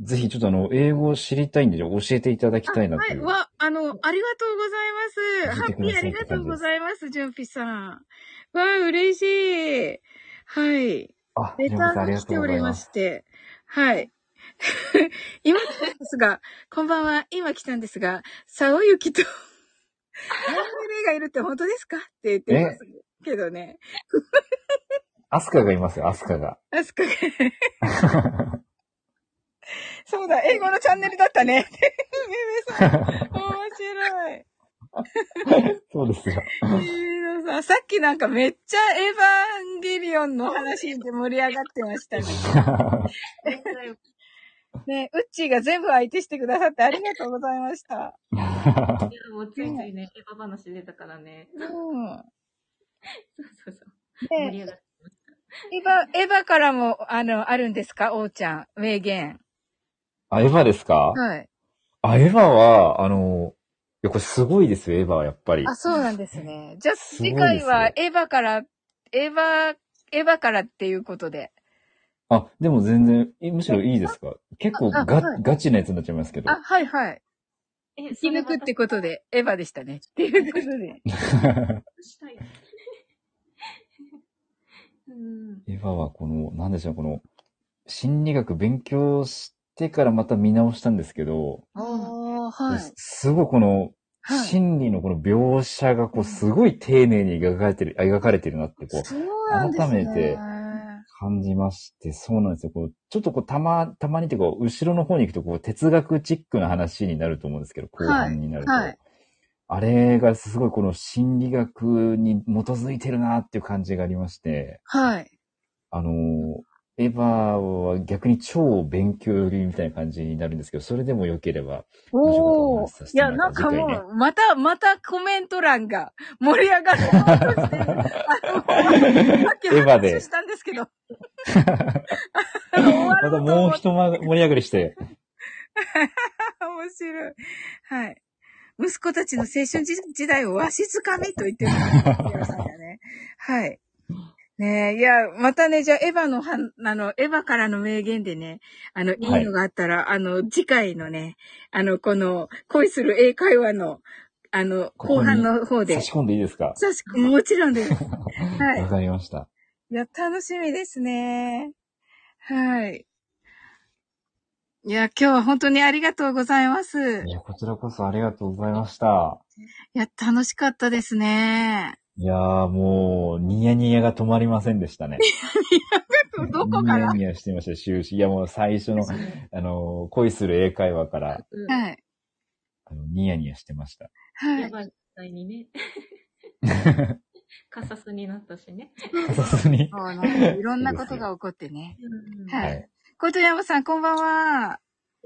S3: ぜひ、ちょっとあの、英語を知りたいんで、教えていただきたいなと
S1: はいい、
S3: う。
S1: わ、あの、ありがとうございます。ハ
S3: 教
S1: ッ
S3: えてく
S1: ピ
S3: だ
S1: ー
S3: さ
S1: あ
S3: い
S1: りがとうございます、ジュンピさん。わあ、嬉しい。はい。
S3: あ、
S1: レター
S3: ジョンさんあ
S1: が
S3: りが
S1: 来
S3: と
S1: て
S3: う
S1: お
S3: ござ
S1: り
S3: い
S1: ま
S3: ま
S1: し
S3: す。
S1: て。はい。 今来たんですが、こんばんは。今来たんですが、沢雪と、アンレがいるって本当ですかって言ってますけどね。
S3: アスカがいますよ、アスカ が。
S1: あ すかそうだ、英語のチャンネルだったね。 めめさん、面白い。
S3: そうですよ。
S1: えーささっきなんかめっちゃエヴァンゲリオンの話で盛り上がってました ね。ね、ウッチーが全部相手してくださってありがとうございました。
S2: いや、もうついついね、エヴァ話出たからね。
S1: うん。
S2: そうそうそう。盛
S1: ね、
S2: り上がって。
S1: エヴァ、エヴァからも、あの、あるんですかおーちゃん、名言。
S3: あ、エヴァですか
S1: はい。
S3: あ、エヴァは、あの、いや、これすごいですよ、エヴァはやっぱり。
S1: あ、そうなんですね。じゃあ、
S3: すごい
S1: 次
S3: ですよ
S1: 回はエヴァから、エヴァ、エヴァからっていうことで。
S3: あ、でも全然、えむしろいいですか結構
S1: あ
S3: ガ,、
S1: はい
S3: ガチなやつになっちゃいますけど。
S1: あ、はいはい。
S2: え、そ
S1: 生き
S2: れ
S1: 抜くってことで、エヴァでしたね。っていうことで。
S2: したい。 うん。
S3: エヴァはこの、なんでしょう、この、心理学勉強してからまた見直したんですけど、
S1: ああ、はい
S3: す。すごいこの、
S1: はい
S3: 心理のこの描写がこう、すごい丁寧に描かれてる、描かれてるなってこう、
S1: そうなんですね。
S3: 改めて感じまして、そうなんですよ。こうちょっとこう、たま、たまにってこう、後ろの方に行くと、こう、哲学チックな話になると思うんですけど、後半になると。
S1: はいはい
S3: あれがすごいこの心理学に基づいてるなっていう感じがありまして、
S1: はい。
S3: あのー、エヴァは逆に超勉強寄りみたいな感じになるんですけど、それでも良ければ、面白かったお
S1: お
S3: 話
S1: お
S3: しさせ
S1: い
S3: ても
S1: や、
S3: ら
S1: なん
S3: った
S1: か
S3: 次回ね
S1: もう、また、またコメント欄が盛り上がろうとして る。あの、さっき
S3: エヴァで
S1: 話したんですけど。 終わ
S3: また
S1: ろうと
S3: も
S1: 思
S3: う
S1: っ
S3: 一ま盛り上がりして、
S1: た。面白い。はい。息子たちの青春時時代をわしづかみと言ってる。宮さんがねはい。ねえ、いや、またね、じゃあ、エヴァのはん、あの、エヴァからの名言でね、あの、いいのがあったら、あの、次回のね、あの、この、恋する英会話の、あの、
S3: ここ
S1: 後
S3: に
S1: 半の方で
S3: 差し。込んでいいですか
S1: さしく、もちろんです。は
S3: わ
S1: い。
S3: かりました。
S1: いや、楽しみですね。はい。いや、今日は本当にありがとうございます。
S3: いや、こちらこそありがとうございました。
S1: いや、楽しかったですね。
S3: いやーもう、ニヤニヤが止まりませんでしたね。
S1: ど どこか
S3: ニヤ
S1: ら
S3: ニヤしてました、終始。いやもう最 初の、あの、恋する英会話から、
S1: はい。
S3: あのニヤニヤして ました。
S1: は
S2: や
S1: い。
S2: ばい、絶対にね。カサスになったしね。
S3: さすがに。
S1: そうなんですいろんなことが起こってね。
S2: うん
S1: はい
S3: はい。
S1: 琴山さん、こんばんは。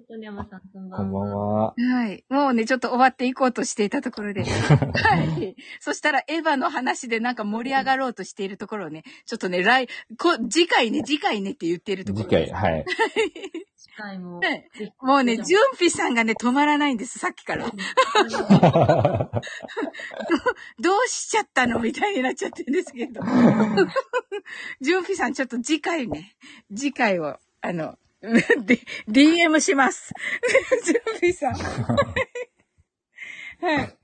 S2: 富山さん、こんば
S3: こん
S2: ん
S3: ばん
S2: は。
S3: は。
S1: はい。もうね、ちょっと終わっていこうとしていたとこ ろで。はい。そしたら、エヴァの話でなんか盛り上がろうとしているところをね、ちょっとね、来、こ、次回ね、次回ねって言っているとこ
S3: 次
S1: ろ。
S3: 回、。はい。
S2: 次回も。
S1: ね
S2: ぜひ
S1: もうね、ジュンピさんがね、止まらないんです、さっきから。どうしちゃったのみ たいになっちゃってるんですけ ど。ジュンピさん、ちょっと次回ね、次回を、あの、 で DM します。 ジュンピ さん。はい。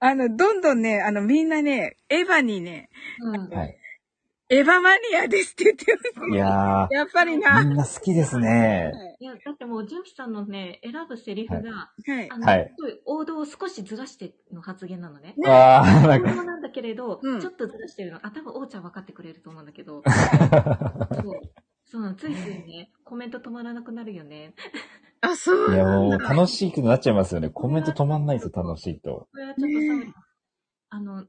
S1: あの、どんどんね、あの、みんなね、エヴァにね、
S2: うん。
S3: はい。
S1: エヴァマニアですって言ってます。
S3: いや
S1: やっぱり
S3: ー、
S1: な。
S3: みんな好きですね。
S2: いや、だってもう、純喜さんのね、選ぶセリフが、
S1: はい。
S2: あの、
S3: はい
S2: すごい王道を少しずらしての発言なのね。
S3: あー、な
S2: 王
S3: んか、
S2: 道なんだけれど、
S1: うん
S2: ちょっとずらしてるの。あ、多分王ちゃん分かってくれると思うんだけど。そう。そうなの、ついつい ね、コメント止まらなくなるよね。
S1: あ、そう
S3: いや
S1: なん
S3: も
S1: だ
S3: う楽しくなっちゃいますよね。コメント止まんないですよ、楽しいと。
S2: これはちょっとさ、あの、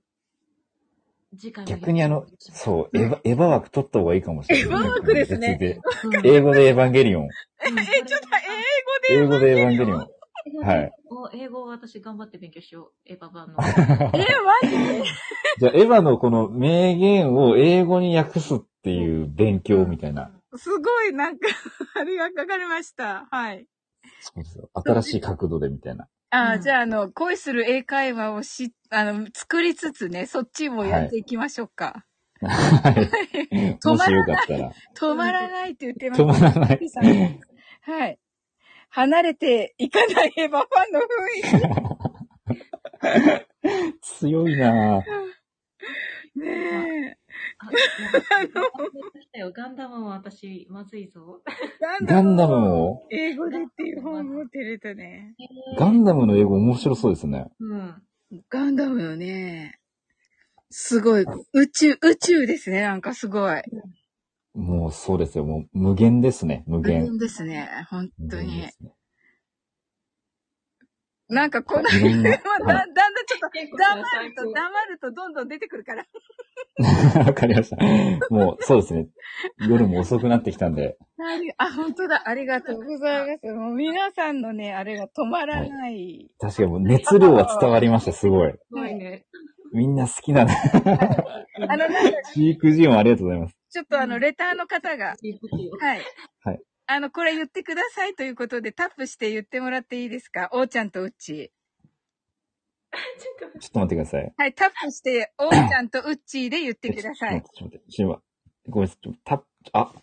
S2: 次回も
S3: 逆にあの、そう、エヴァ、エヴァ枠取った方がいいかもしれない。
S1: エヴァ枠ですね
S3: 別で
S2: うん。
S3: 英語でエヴァンゲリオン。
S2: うん
S1: え、ちょっと、
S3: 英語でエヴァンゲリオン。
S2: 英語で
S3: はい
S2: お英語を私頑張って勉強しよう。エヴァ 版の。
S1: えー、え、マジで
S3: じゃあ、エヴァのこの名言を英語に訳すっていう勉強みたいな。
S1: すごい、なんか、 あれがかかりました。はい。
S3: そうですよ新しい角度でみたいな。
S1: あー、
S2: うん
S1: じゃあ、あの、恋する英会話をし、あの、作りつつね、そっちもやっていきましょうか。
S3: はい。
S1: 止
S3: も
S1: ま
S3: し
S1: ら
S3: よかったら。
S1: 止まらないって言ってます。
S3: 止まらない。
S1: さんがはい。離れていかないエヴァファンの雰囲
S3: 強いなぁ。
S1: 気。ねえ。
S2: あ、なんか来たよ。ガンダムも私、まずいぞ。
S3: ガンダムも、
S1: 英語でっていう本持ってるとね。
S3: ガンダムの英語面白そうですね。
S2: うん。
S1: ガンダムよね。すごい。宇宙、宇宙ですね。なんかすごい。
S3: もうそうですよ。もう無限ですね。無
S1: 無
S3: 限。
S1: 限ですね。本
S3: 無
S1: 当
S3: 限
S1: に
S3: で。すね。
S1: なんかこの、
S3: いろんな
S1: まあ、だ
S3: は
S1: だんだんちょっと、黙
S2: 最
S1: ると、黙るとどんどん出てくるから。
S3: い。わかりました。もうそうですね。夜も遅くなってきたんで。
S1: ありあ、本当だ。ありがとうございます。もう皆さんのね、あれが止まらない。
S3: 確かにもう熱量は伝わりました。すごい。
S2: すごいね。
S3: みんな好きなね。
S1: あの、なんか、
S3: 飼育人もありがとうございます。
S1: ちょっとあの、レターの方が、
S2: いいことよ
S1: はい。
S3: はい。
S1: あの、これ言ってくださいということで、タップして言ってもらっていいですかおーちゃんとうっち
S3: ちょっと待ってください。
S1: ー。はい、タップして、おーちゃんとうっちーで言ってください。
S3: ちょっと待って、ちょっと待って。ごめんなさい。ちょっとタッ、あ。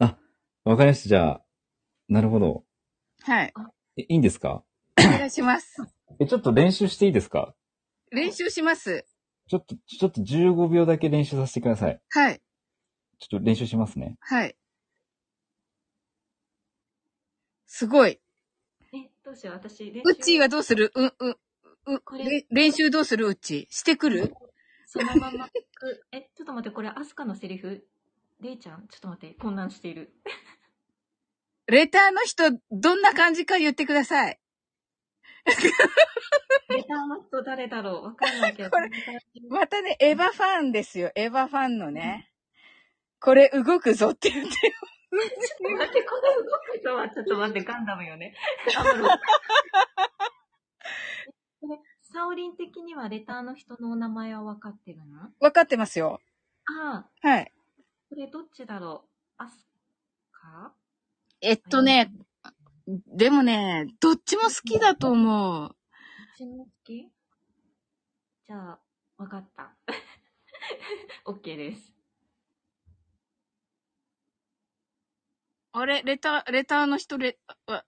S3: あ、わかりました。じゃあ、なるほど。
S1: はい。
S3: え、いいんですか
S1: お願いします。
S3: え、ちょっと練習していいですか
S1: 練習します。
S3: ちょっと、ちょっと15秒だけ練習させてください。
S1: はい。
S3: ちょっと練習しますね。
S1: はい。すごい。
S2: え、どうしよう。私、練
S1: うっちー
S2: は
S1: はどうするう、う、う、
S2: これ
S1: れ練習どうするうっちー。してくる
S2: そのまま。うえ、ちょっと待って、これ、アスカのセリフレイちゃんちょっと待って、混乱している。
S1: レターの人、どんな感じか言ってください。
S2: レターの人誰だろうわかんないけど。
S1: これまたね、エヴァファンですよ。エヴァファンのね。これ動くぞって言って。
S2: 待って、この動く人は、ちょっと待って、ガンダムよね。あのこれサオリン的にはレターの人のお名前は分かってるのあ
S1: わかってますよ。
S2: あ、
S1: はい。
S2: これどっちだろうアスカ
S1: えっとね、でもね、どっちも好きだと思う。
S2: どっちも好きじゃあ、分かった。OK です。
S1: あれ、レター、レターの人、レ、あ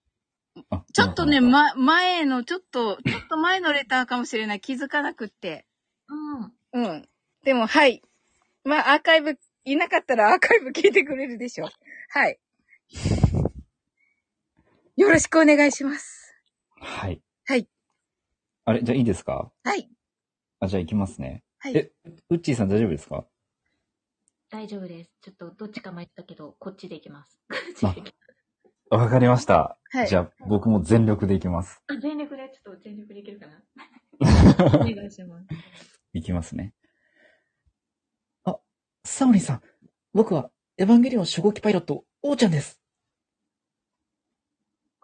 S3: あ
S1: ちょっとね、
S3: なる
S1: ま、前の、ちょっと、ちょっと前のレターかもしれない。気づかなくって。
S2: うん。
S1: うん。でも、はい。まあ、アーカイブ、いなかったらアーカイブ聞いてくれるでしょう。はい。よろしくお願いします。
S3: ほどはい。
S1: はい。
S3: あれ、じゃあいいですか
S1: はい。
S3: あ、じゃあ行きますね。
S1: はい
S3: え、ウッチーさん大丈夫ですか
S2: 大丈夫です。ちょっとどっちか迷ったけ ど、こっちでいきます。
S3: あわかりました。
S1: はい
S3: じゃあ僕も全力で行きます。
S2: あ全力で、ちょっと全力でいけるか なお願いします。
S3: いきますね。あ、サオリンさん、僕はエヴァンゲリオン初号機パイロット、王ちゃんです。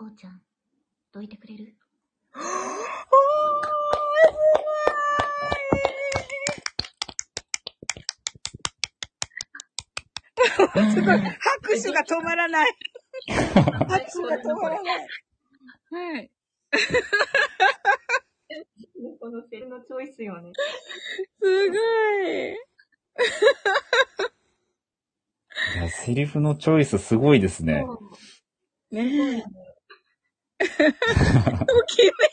S2: おうちゃん、どいてくれる
S8: すごい。拍手が止まらない。拍手が止まらない。
S1: はい。
S2: この線のチョイスよね。
S1: すごい。
S3: いや、セリフのチョイスすごいですね。
S1: ねえ。ときめ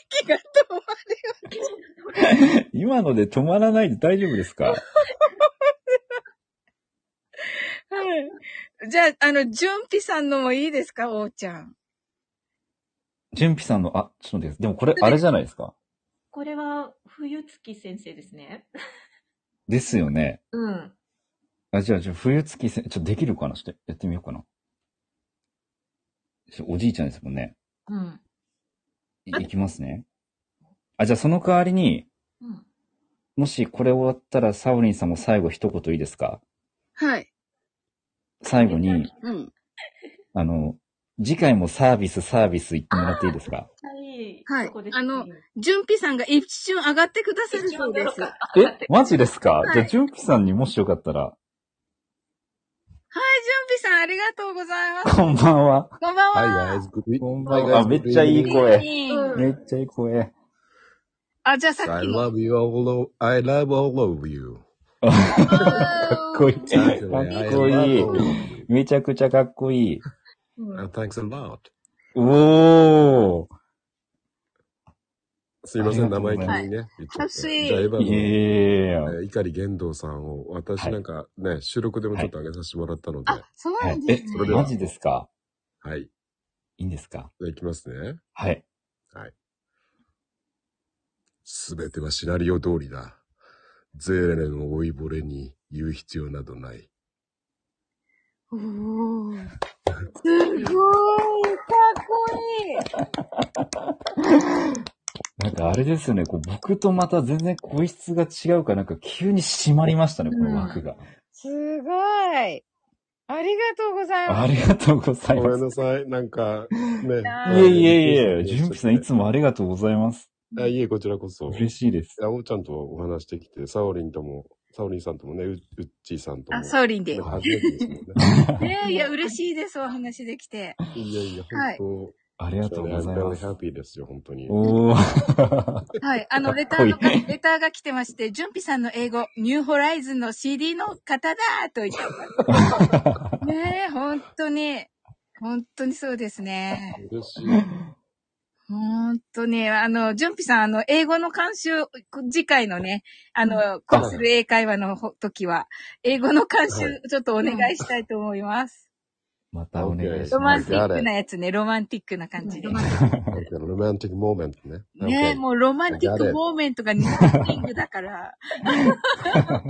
S1: きが止ま
S3: 今ので止まらないで大丈夫ですか
S1: らない。はい。じゃあ、あの、ジュンピさんのもいいですか、おうちゃん。
S3: 純ピさんの、あ、ちょっと待ってください。でもこれ、あれじゃないですか。
S2: これは、冬月先生ですね。
S3: ですよね。
S2: うん。
S3: あ、じゃあ、じゃあ、冬月せ、ちょ、できるかなちょっとやってみようかな。ちょおじいちゃんですもんね。
S2: うん。
S3: いいきますね。あ、じゃあ、その代わりに、
S2: うん。
S3: もしこれ終わったら、サオリンさんも最後一言いいですか
S1: はい。
S3: 最後に、
S1: うん。
S3: あの、次回もサービス、サービス言ってもらっていいですか
S2: はい。
S1: はい
S2: そこです
S1: あの、ジュンピさんが一瞬上がってくださるそうです。はい、
S3: え、マジですか、
S1: い
S3: じゃあ、純ピさんにもしよかったら、
S1: ジュンピさんありがとうございます。
S3: こんばんは。
S1: こんばんは。
S9: Hi guys, good evening.
S3: あ、めっちゃいい声。
S2: うん
S3: めっちゃいい声。
S1: あ、じゃあさっ
S9: I
S1: きの。
S9: love you all. o- I love all of you.
S3: かっこいい。
S9: Exactly.
S3: か
S9: I
S3: っ
S9: love
S3: こい
S9: all
S3: い。
S9: of you.
S3: めちゃくちゃかっこいい。
S9: And thanks a lot.
S3: おー。
S9: すいません、
S3: ありが
S9: 名
S3: とうござ
S9: 前
S3: います
S9: 君にね、言っちゃっ
S1: は
S9: て。
S1: い
S9: じゃあ、エ
S3: い
S9: ヴァの、
S3: や
S9: え
S3: いやいや
S9: ー碇玄道さんを、私なんかね、収録でもちょっと上げさせてもらったので、
S1: あ
S9: は、
S1: そう
S3: は
S1: ないん。で
S3: え
S1: すね。
S9: それでは
S3: マジですか
S9: い。い、
S3: いいんですか
S9: じゃあ、いきますね。
S3: はい。
S9: すべてはシナリオ通りだ。ゼーレの老いぼれに言う必要などない。
S1: おー。すごい。かっこいい。
S3: なんかあれですよね、こう僕とまた全然声質が違うから、なんか急に締まりましたね、この枠が。
S1: すごい。ありがとうございます。
S3: ありがとうござい
S9: ごめ
S3: ま
S9: んなさい、なんか、ね。
S3: す。いえいえいえ、
S9: びっくりしちゃって
S3: 純ピさんいつもありがとうございます。
S9: あ、いえ、こちらこそ。
S3: 嬉しいです。
S9: あおちゃんとお話してきて、サオリンとも、サオリンさんともね、ううっちーさんとも。
S1: あ、サオリンで
S9: ね。初めてですもんね。
S1: ねえ、いや、嬉しいです。お話できて。
S9: いやいや、
S1: はい
S9: 本
S3: あり
S9: 当、
S3: がとうございます
S9: ハ。ッピーですよ、本当に。
S3: おー。
S1: はい。あの、レタ
S3: かっ
S1: ー
S3: こい
S1: が、レターが来てまして、ジュンピさんの英語、ニューホライズンの CD の方だと言ってます。ねえ、本当に。本当にそうですね。
S9: 嬉しい。
S1: 本当に、あの、ジュンピさん、あの、英語の監修、次回のね、あの、こうする英会話のほ時は、英語の監
S9: は
S1: 修、ちょっとお願いしたいと思います。
S3: またお願いし
S1: ロマ
S3: ま
S1: ン
S3: す
S1: テ。ィックなやつね、ロマンティックな感じで。
S9: Like a romantic moment ね。
S1: ねえ、
S9: Okay.
S1: もうロマンティッ
S9: I got
S1: ク
S9: it.
S1: モーメントがニッキングだから。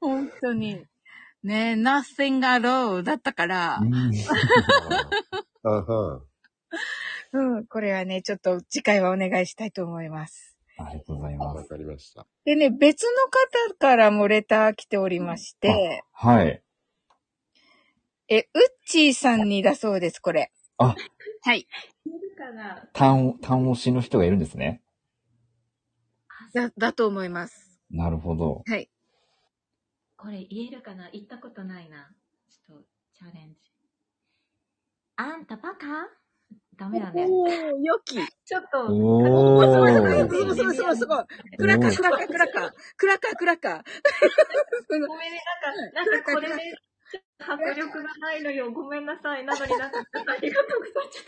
S1: 本当に。ねえ、nothing at all だったから
S3: う、ん
S9: あ は
S1: うん、これはね、ちょっと次回はお願いしたいと思います。
S3: ありがとうござい
S9: あ、
S3: ま
S9: わ
S3: す。
S9: かりました。
S1: でね、別の方からもレター来ておりまして、
S3: はい。
S1: え、ウッチーさんにだそうです、これ。
S3: あ、
S1: はい。
S2: いるかな
S3: 単、単押しの人がいるんですね。
S1: だ、だと思います。
S3: なるほど。
S1: はい。
S2: これ言えるかな言ったことないな。ちょっと、チャレンジ。あんたバカダメだね。
S1: おー、良き。
S2: ちょっと、
S3: お
S1: す
S3: ー。
S1: ごいすごいすごいすごい。クラカクラカクラカ。クラカクラカ。
S2: ごめんね、なんか、なんかこれで、迫力がないのよ。ごめんなさい。なのになんか、ありがとうございます。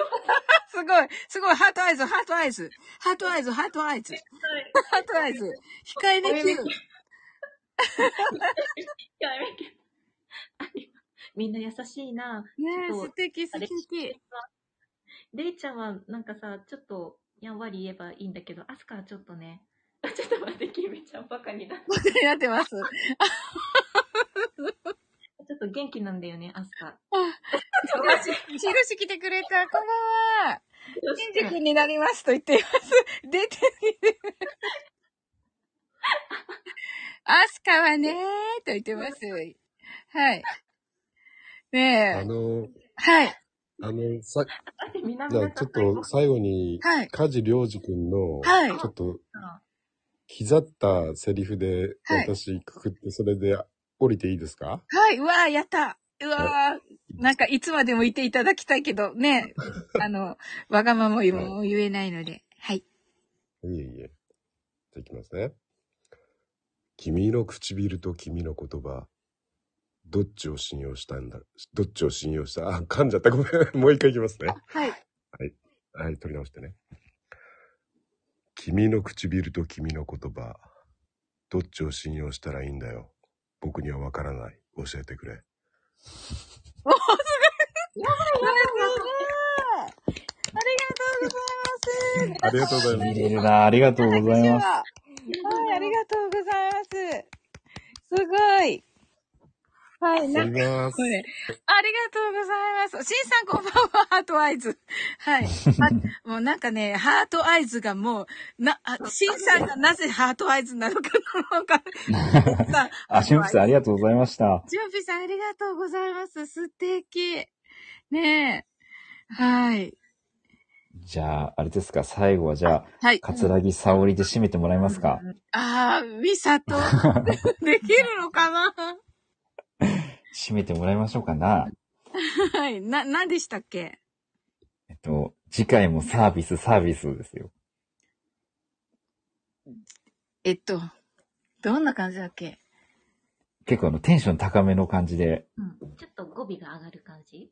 S1: すごい、すごい、ハートアイズ、ハートアイズ。ハートアイズ、ハートアイズ。
S2: はい。
S1: ハートアイズ。控えめ級。
S2: やめてありみんな優しいな。
S1: ねえ、
S2: ちょっと
S1: 素敵、素
S2: あれ
S1: 敵。
S2: レイちゃんはなんかさ、ちょっとやんわり言えばいいんだけど、アスカはちょっとね、あ ちょっと待って、キミちゃんバカになる。
S1: 素敵になってます。
S2: ちょっと元気なんだよね、アスカ。
S1: しるし来てくれた、こんばんは。
S2: よ
S1: しん
S2: し
S1: じ君になりますと言っています。出てる。アスカはねーと言ってます。はい。ね
S9: あ
S1: え。
S9: の、
S1: はい。
S9: あの、さ、
S2: 南
S9: じゃあ
S2: 田
S9: ち
S2: さ
S9: ょ
S2: ん
S9: っと最後に、
S10: はい。
S9: 梶良二くんの、
S10: はい
S9: ちょっと
S2: あ
S9: 刻ったセリフで
S10: はい
S9: 私くくって、それで降りていいですか
S10: はい。うわー、やった。うわー、なんかいつまでもいていただきたいけど、ね。 あの、わがままも言えないので。はい。
S9: いえいえ。じゃあいきますね。君の唇と君の言葉、どっちを信用したんだ、どっちを信用した、あ、噛んじゃった。ごめん。もう一回いきますね。
S10: はい。
S9: はい、取り直してね。君の唇と君の言葉、どっちを信用したらいいんだよ。僕にはわからない。教えてくれ。ありがとうございます。ありがとうございます。
S3: 見れるなありがとうございます。
S1: はい、ありがとうございます。すごい。はい、
S9: 撮
S1: な
S9: り
S1: んか、
S9: ます
S1: こ。れ。ありがとうございます。しんさんこんばんは、ハートアイズ。はい。あもうなんかね、ハートアイズがもう、な、あしんさんがなぜハートアイズなのかわかる。さ
S3: あ、しんぷさんありがとうございました。
S1: ジュンピさんありがとうございます。素敵。ねえ。はい。
S3: じゃあ、あれですか、最後はじゃ
S1: は
S3: あ、
S1: い。
S3: かつらぎさおりで締めてもらえますか。
S1: あー、ミサと、できるのかな
S3: 締めてもらいましょうかな。
S1: はい。な、何でしたっけ
S3: えっと、次回もサービス、サービスですよ。
S1: えっと、どんな感じだっけ
S3: 結構あの、テンション高めの感じで。
S2: うんちょっと語尾が上がる感じ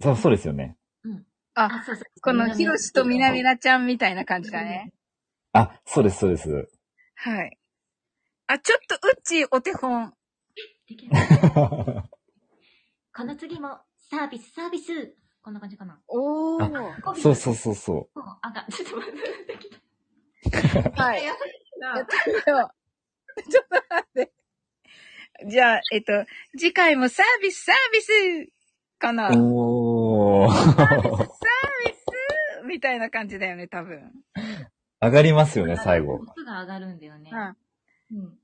S3: そう、そうですよね。
S2: うん。
S1: あ
S2: そうそう。
S1: この、ヒロシとみなみなちゃんみたいな感じだね。
S3: あ、そうです、そうです。
S1: はい。あ、ちょっと、うっちーお手本。
S2: できるこの次も、サービス、サービスこんな感じかな。
S1: おー。
S3: そうそうそうそ
S2: もう、あが、ちょっと待って、きた。
S1: はい。
S2: やば
S1: やっ
S2: い
S1: てみよう。ちょっと待って。じゃあ、えっと、次回もサービス、サービスかな
S3: う。
S1: サービ
S3: おー。
S1: スみたいな感じだよね、多分。
S3: 上がりますよね、
S2: な
S3: 最後。
S2: 音が上がるんだよね。
S1: は
S2: うん。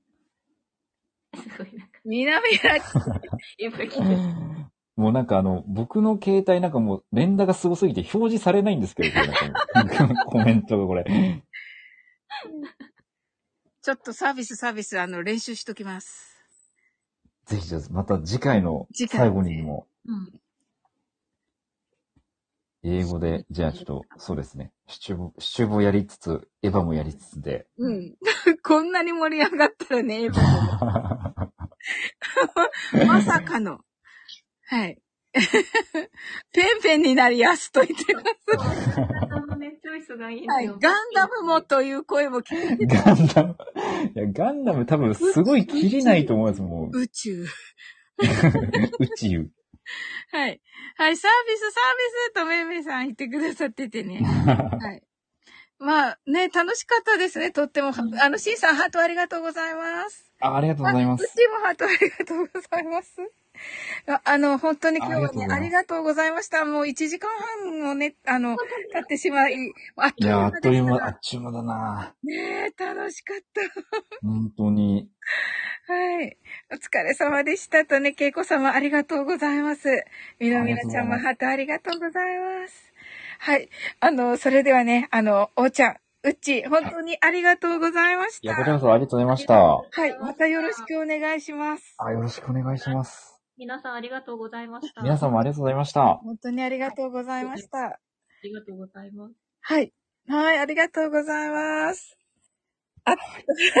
S2: すごい、なんか、
S1: みなみな、
S2: やっぱり聞いてる。
S3: もうなんかあの、僕の携帯なんかもう連打がすごすぎて表示されないんですけど、これなん かもうコメントがこれ。
S1: ちょっとサービス、サービス、あの、練習しときます。
S3: ぜひじゃあまた次回の
S1: 次回
S3: 最後にも、
S2: うん。
S3: 英語で、じゃあちょっと、そうですね。シチューボ、シチューボやりつつ、エヴァもやりつつで。
S1: うん。 こんなに盛り上がったらね、エヴァもまさかの。はい。 ペンペンになりやすと言ってます。
S2: あのね、チョイスがいいん
S1: は
S2: だ
S1: い。
S2: よ。
S1: ガンダムもという声も聞いて
S3: ガンダム、いや、ガンダム多分すごい切りないと思うんです、もう。
S1: 宇宙。
S3: 宇宙。
S1: はい。はい、サービス、サービスとめいめいさん言ってくださっててね。はい。まあね、楽しかったですね。とっても。あの、シンさん、ハートありがとうございます。
S3: あありがとうございま
S1: う
S3: す。
S1: ちもハートありがとうございます。ああの、本当に今日はね、あ
S3: あ
S1: り
S3: り
S1: がとうございました。もう1時間半もね、あの、経ってしまい、あっ
S3: いや、あっという間、あ
S1: だ
S3: っちゅう間だな
S1: ねえ、楽しかった。
S3: 本当に。
S1: はい。お疲れ様でしたとね、恵子様ありがとうございます。みのみなちゃんも
S3: ありがとうございます
S1: ハートありがとうございます。はい。あの、それではね、あの、おうちゃん、うっちー、本当にありがとうございまし
S3: いや、
S1: た。
S3: こちらこそありがとうございました。
S1: はい。またよろしくお願いします。
S3: あ、よろしくお願いします。
S2: 皆さんありがとうございました。
S3: 皆さんもありがとうございました。
S1: 本当にありがとうございました。
S2: ありがとうございます。
S1: はい。はい、ありがとうございます。あ、 楽しか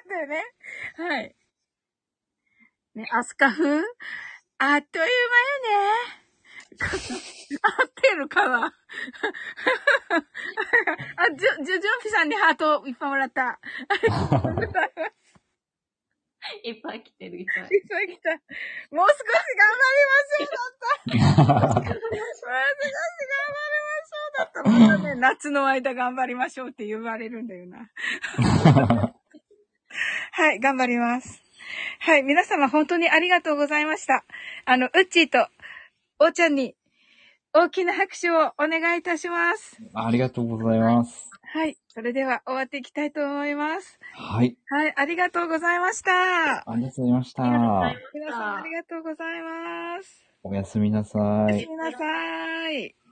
S1: ったよね。はい。ね、アスカ風あっという間よね。合ってるかな あ、じゅ、じゅ、ジョンピさんにハートいっぱいもらった。
S2: いっぱい来てる、いっぱい。
S1: いっぱい来た。もう少し頑張りましょうだった。もう少し頑張りましょうだった。もうね、夏の間頑張りましょうって言われるんだよな。はい、頑張ります。はい、皆様本当にありがとうございました。あの、うっちーと、おーちゃんに、大きな拍手をお願いいたします。
S3: ありがとうございます。
S1: はい。それでは終わっていきたいと思います。
S3: はい。
S1: はい。ありがとうございました。
S3: ありがとうございました。
S2: ありがとう
S1: 皆
S2: ございました
S1: さんありがとうございます。
S3: おおやすみなさ
S1: おや
S3: い
S1: す。みなさーい。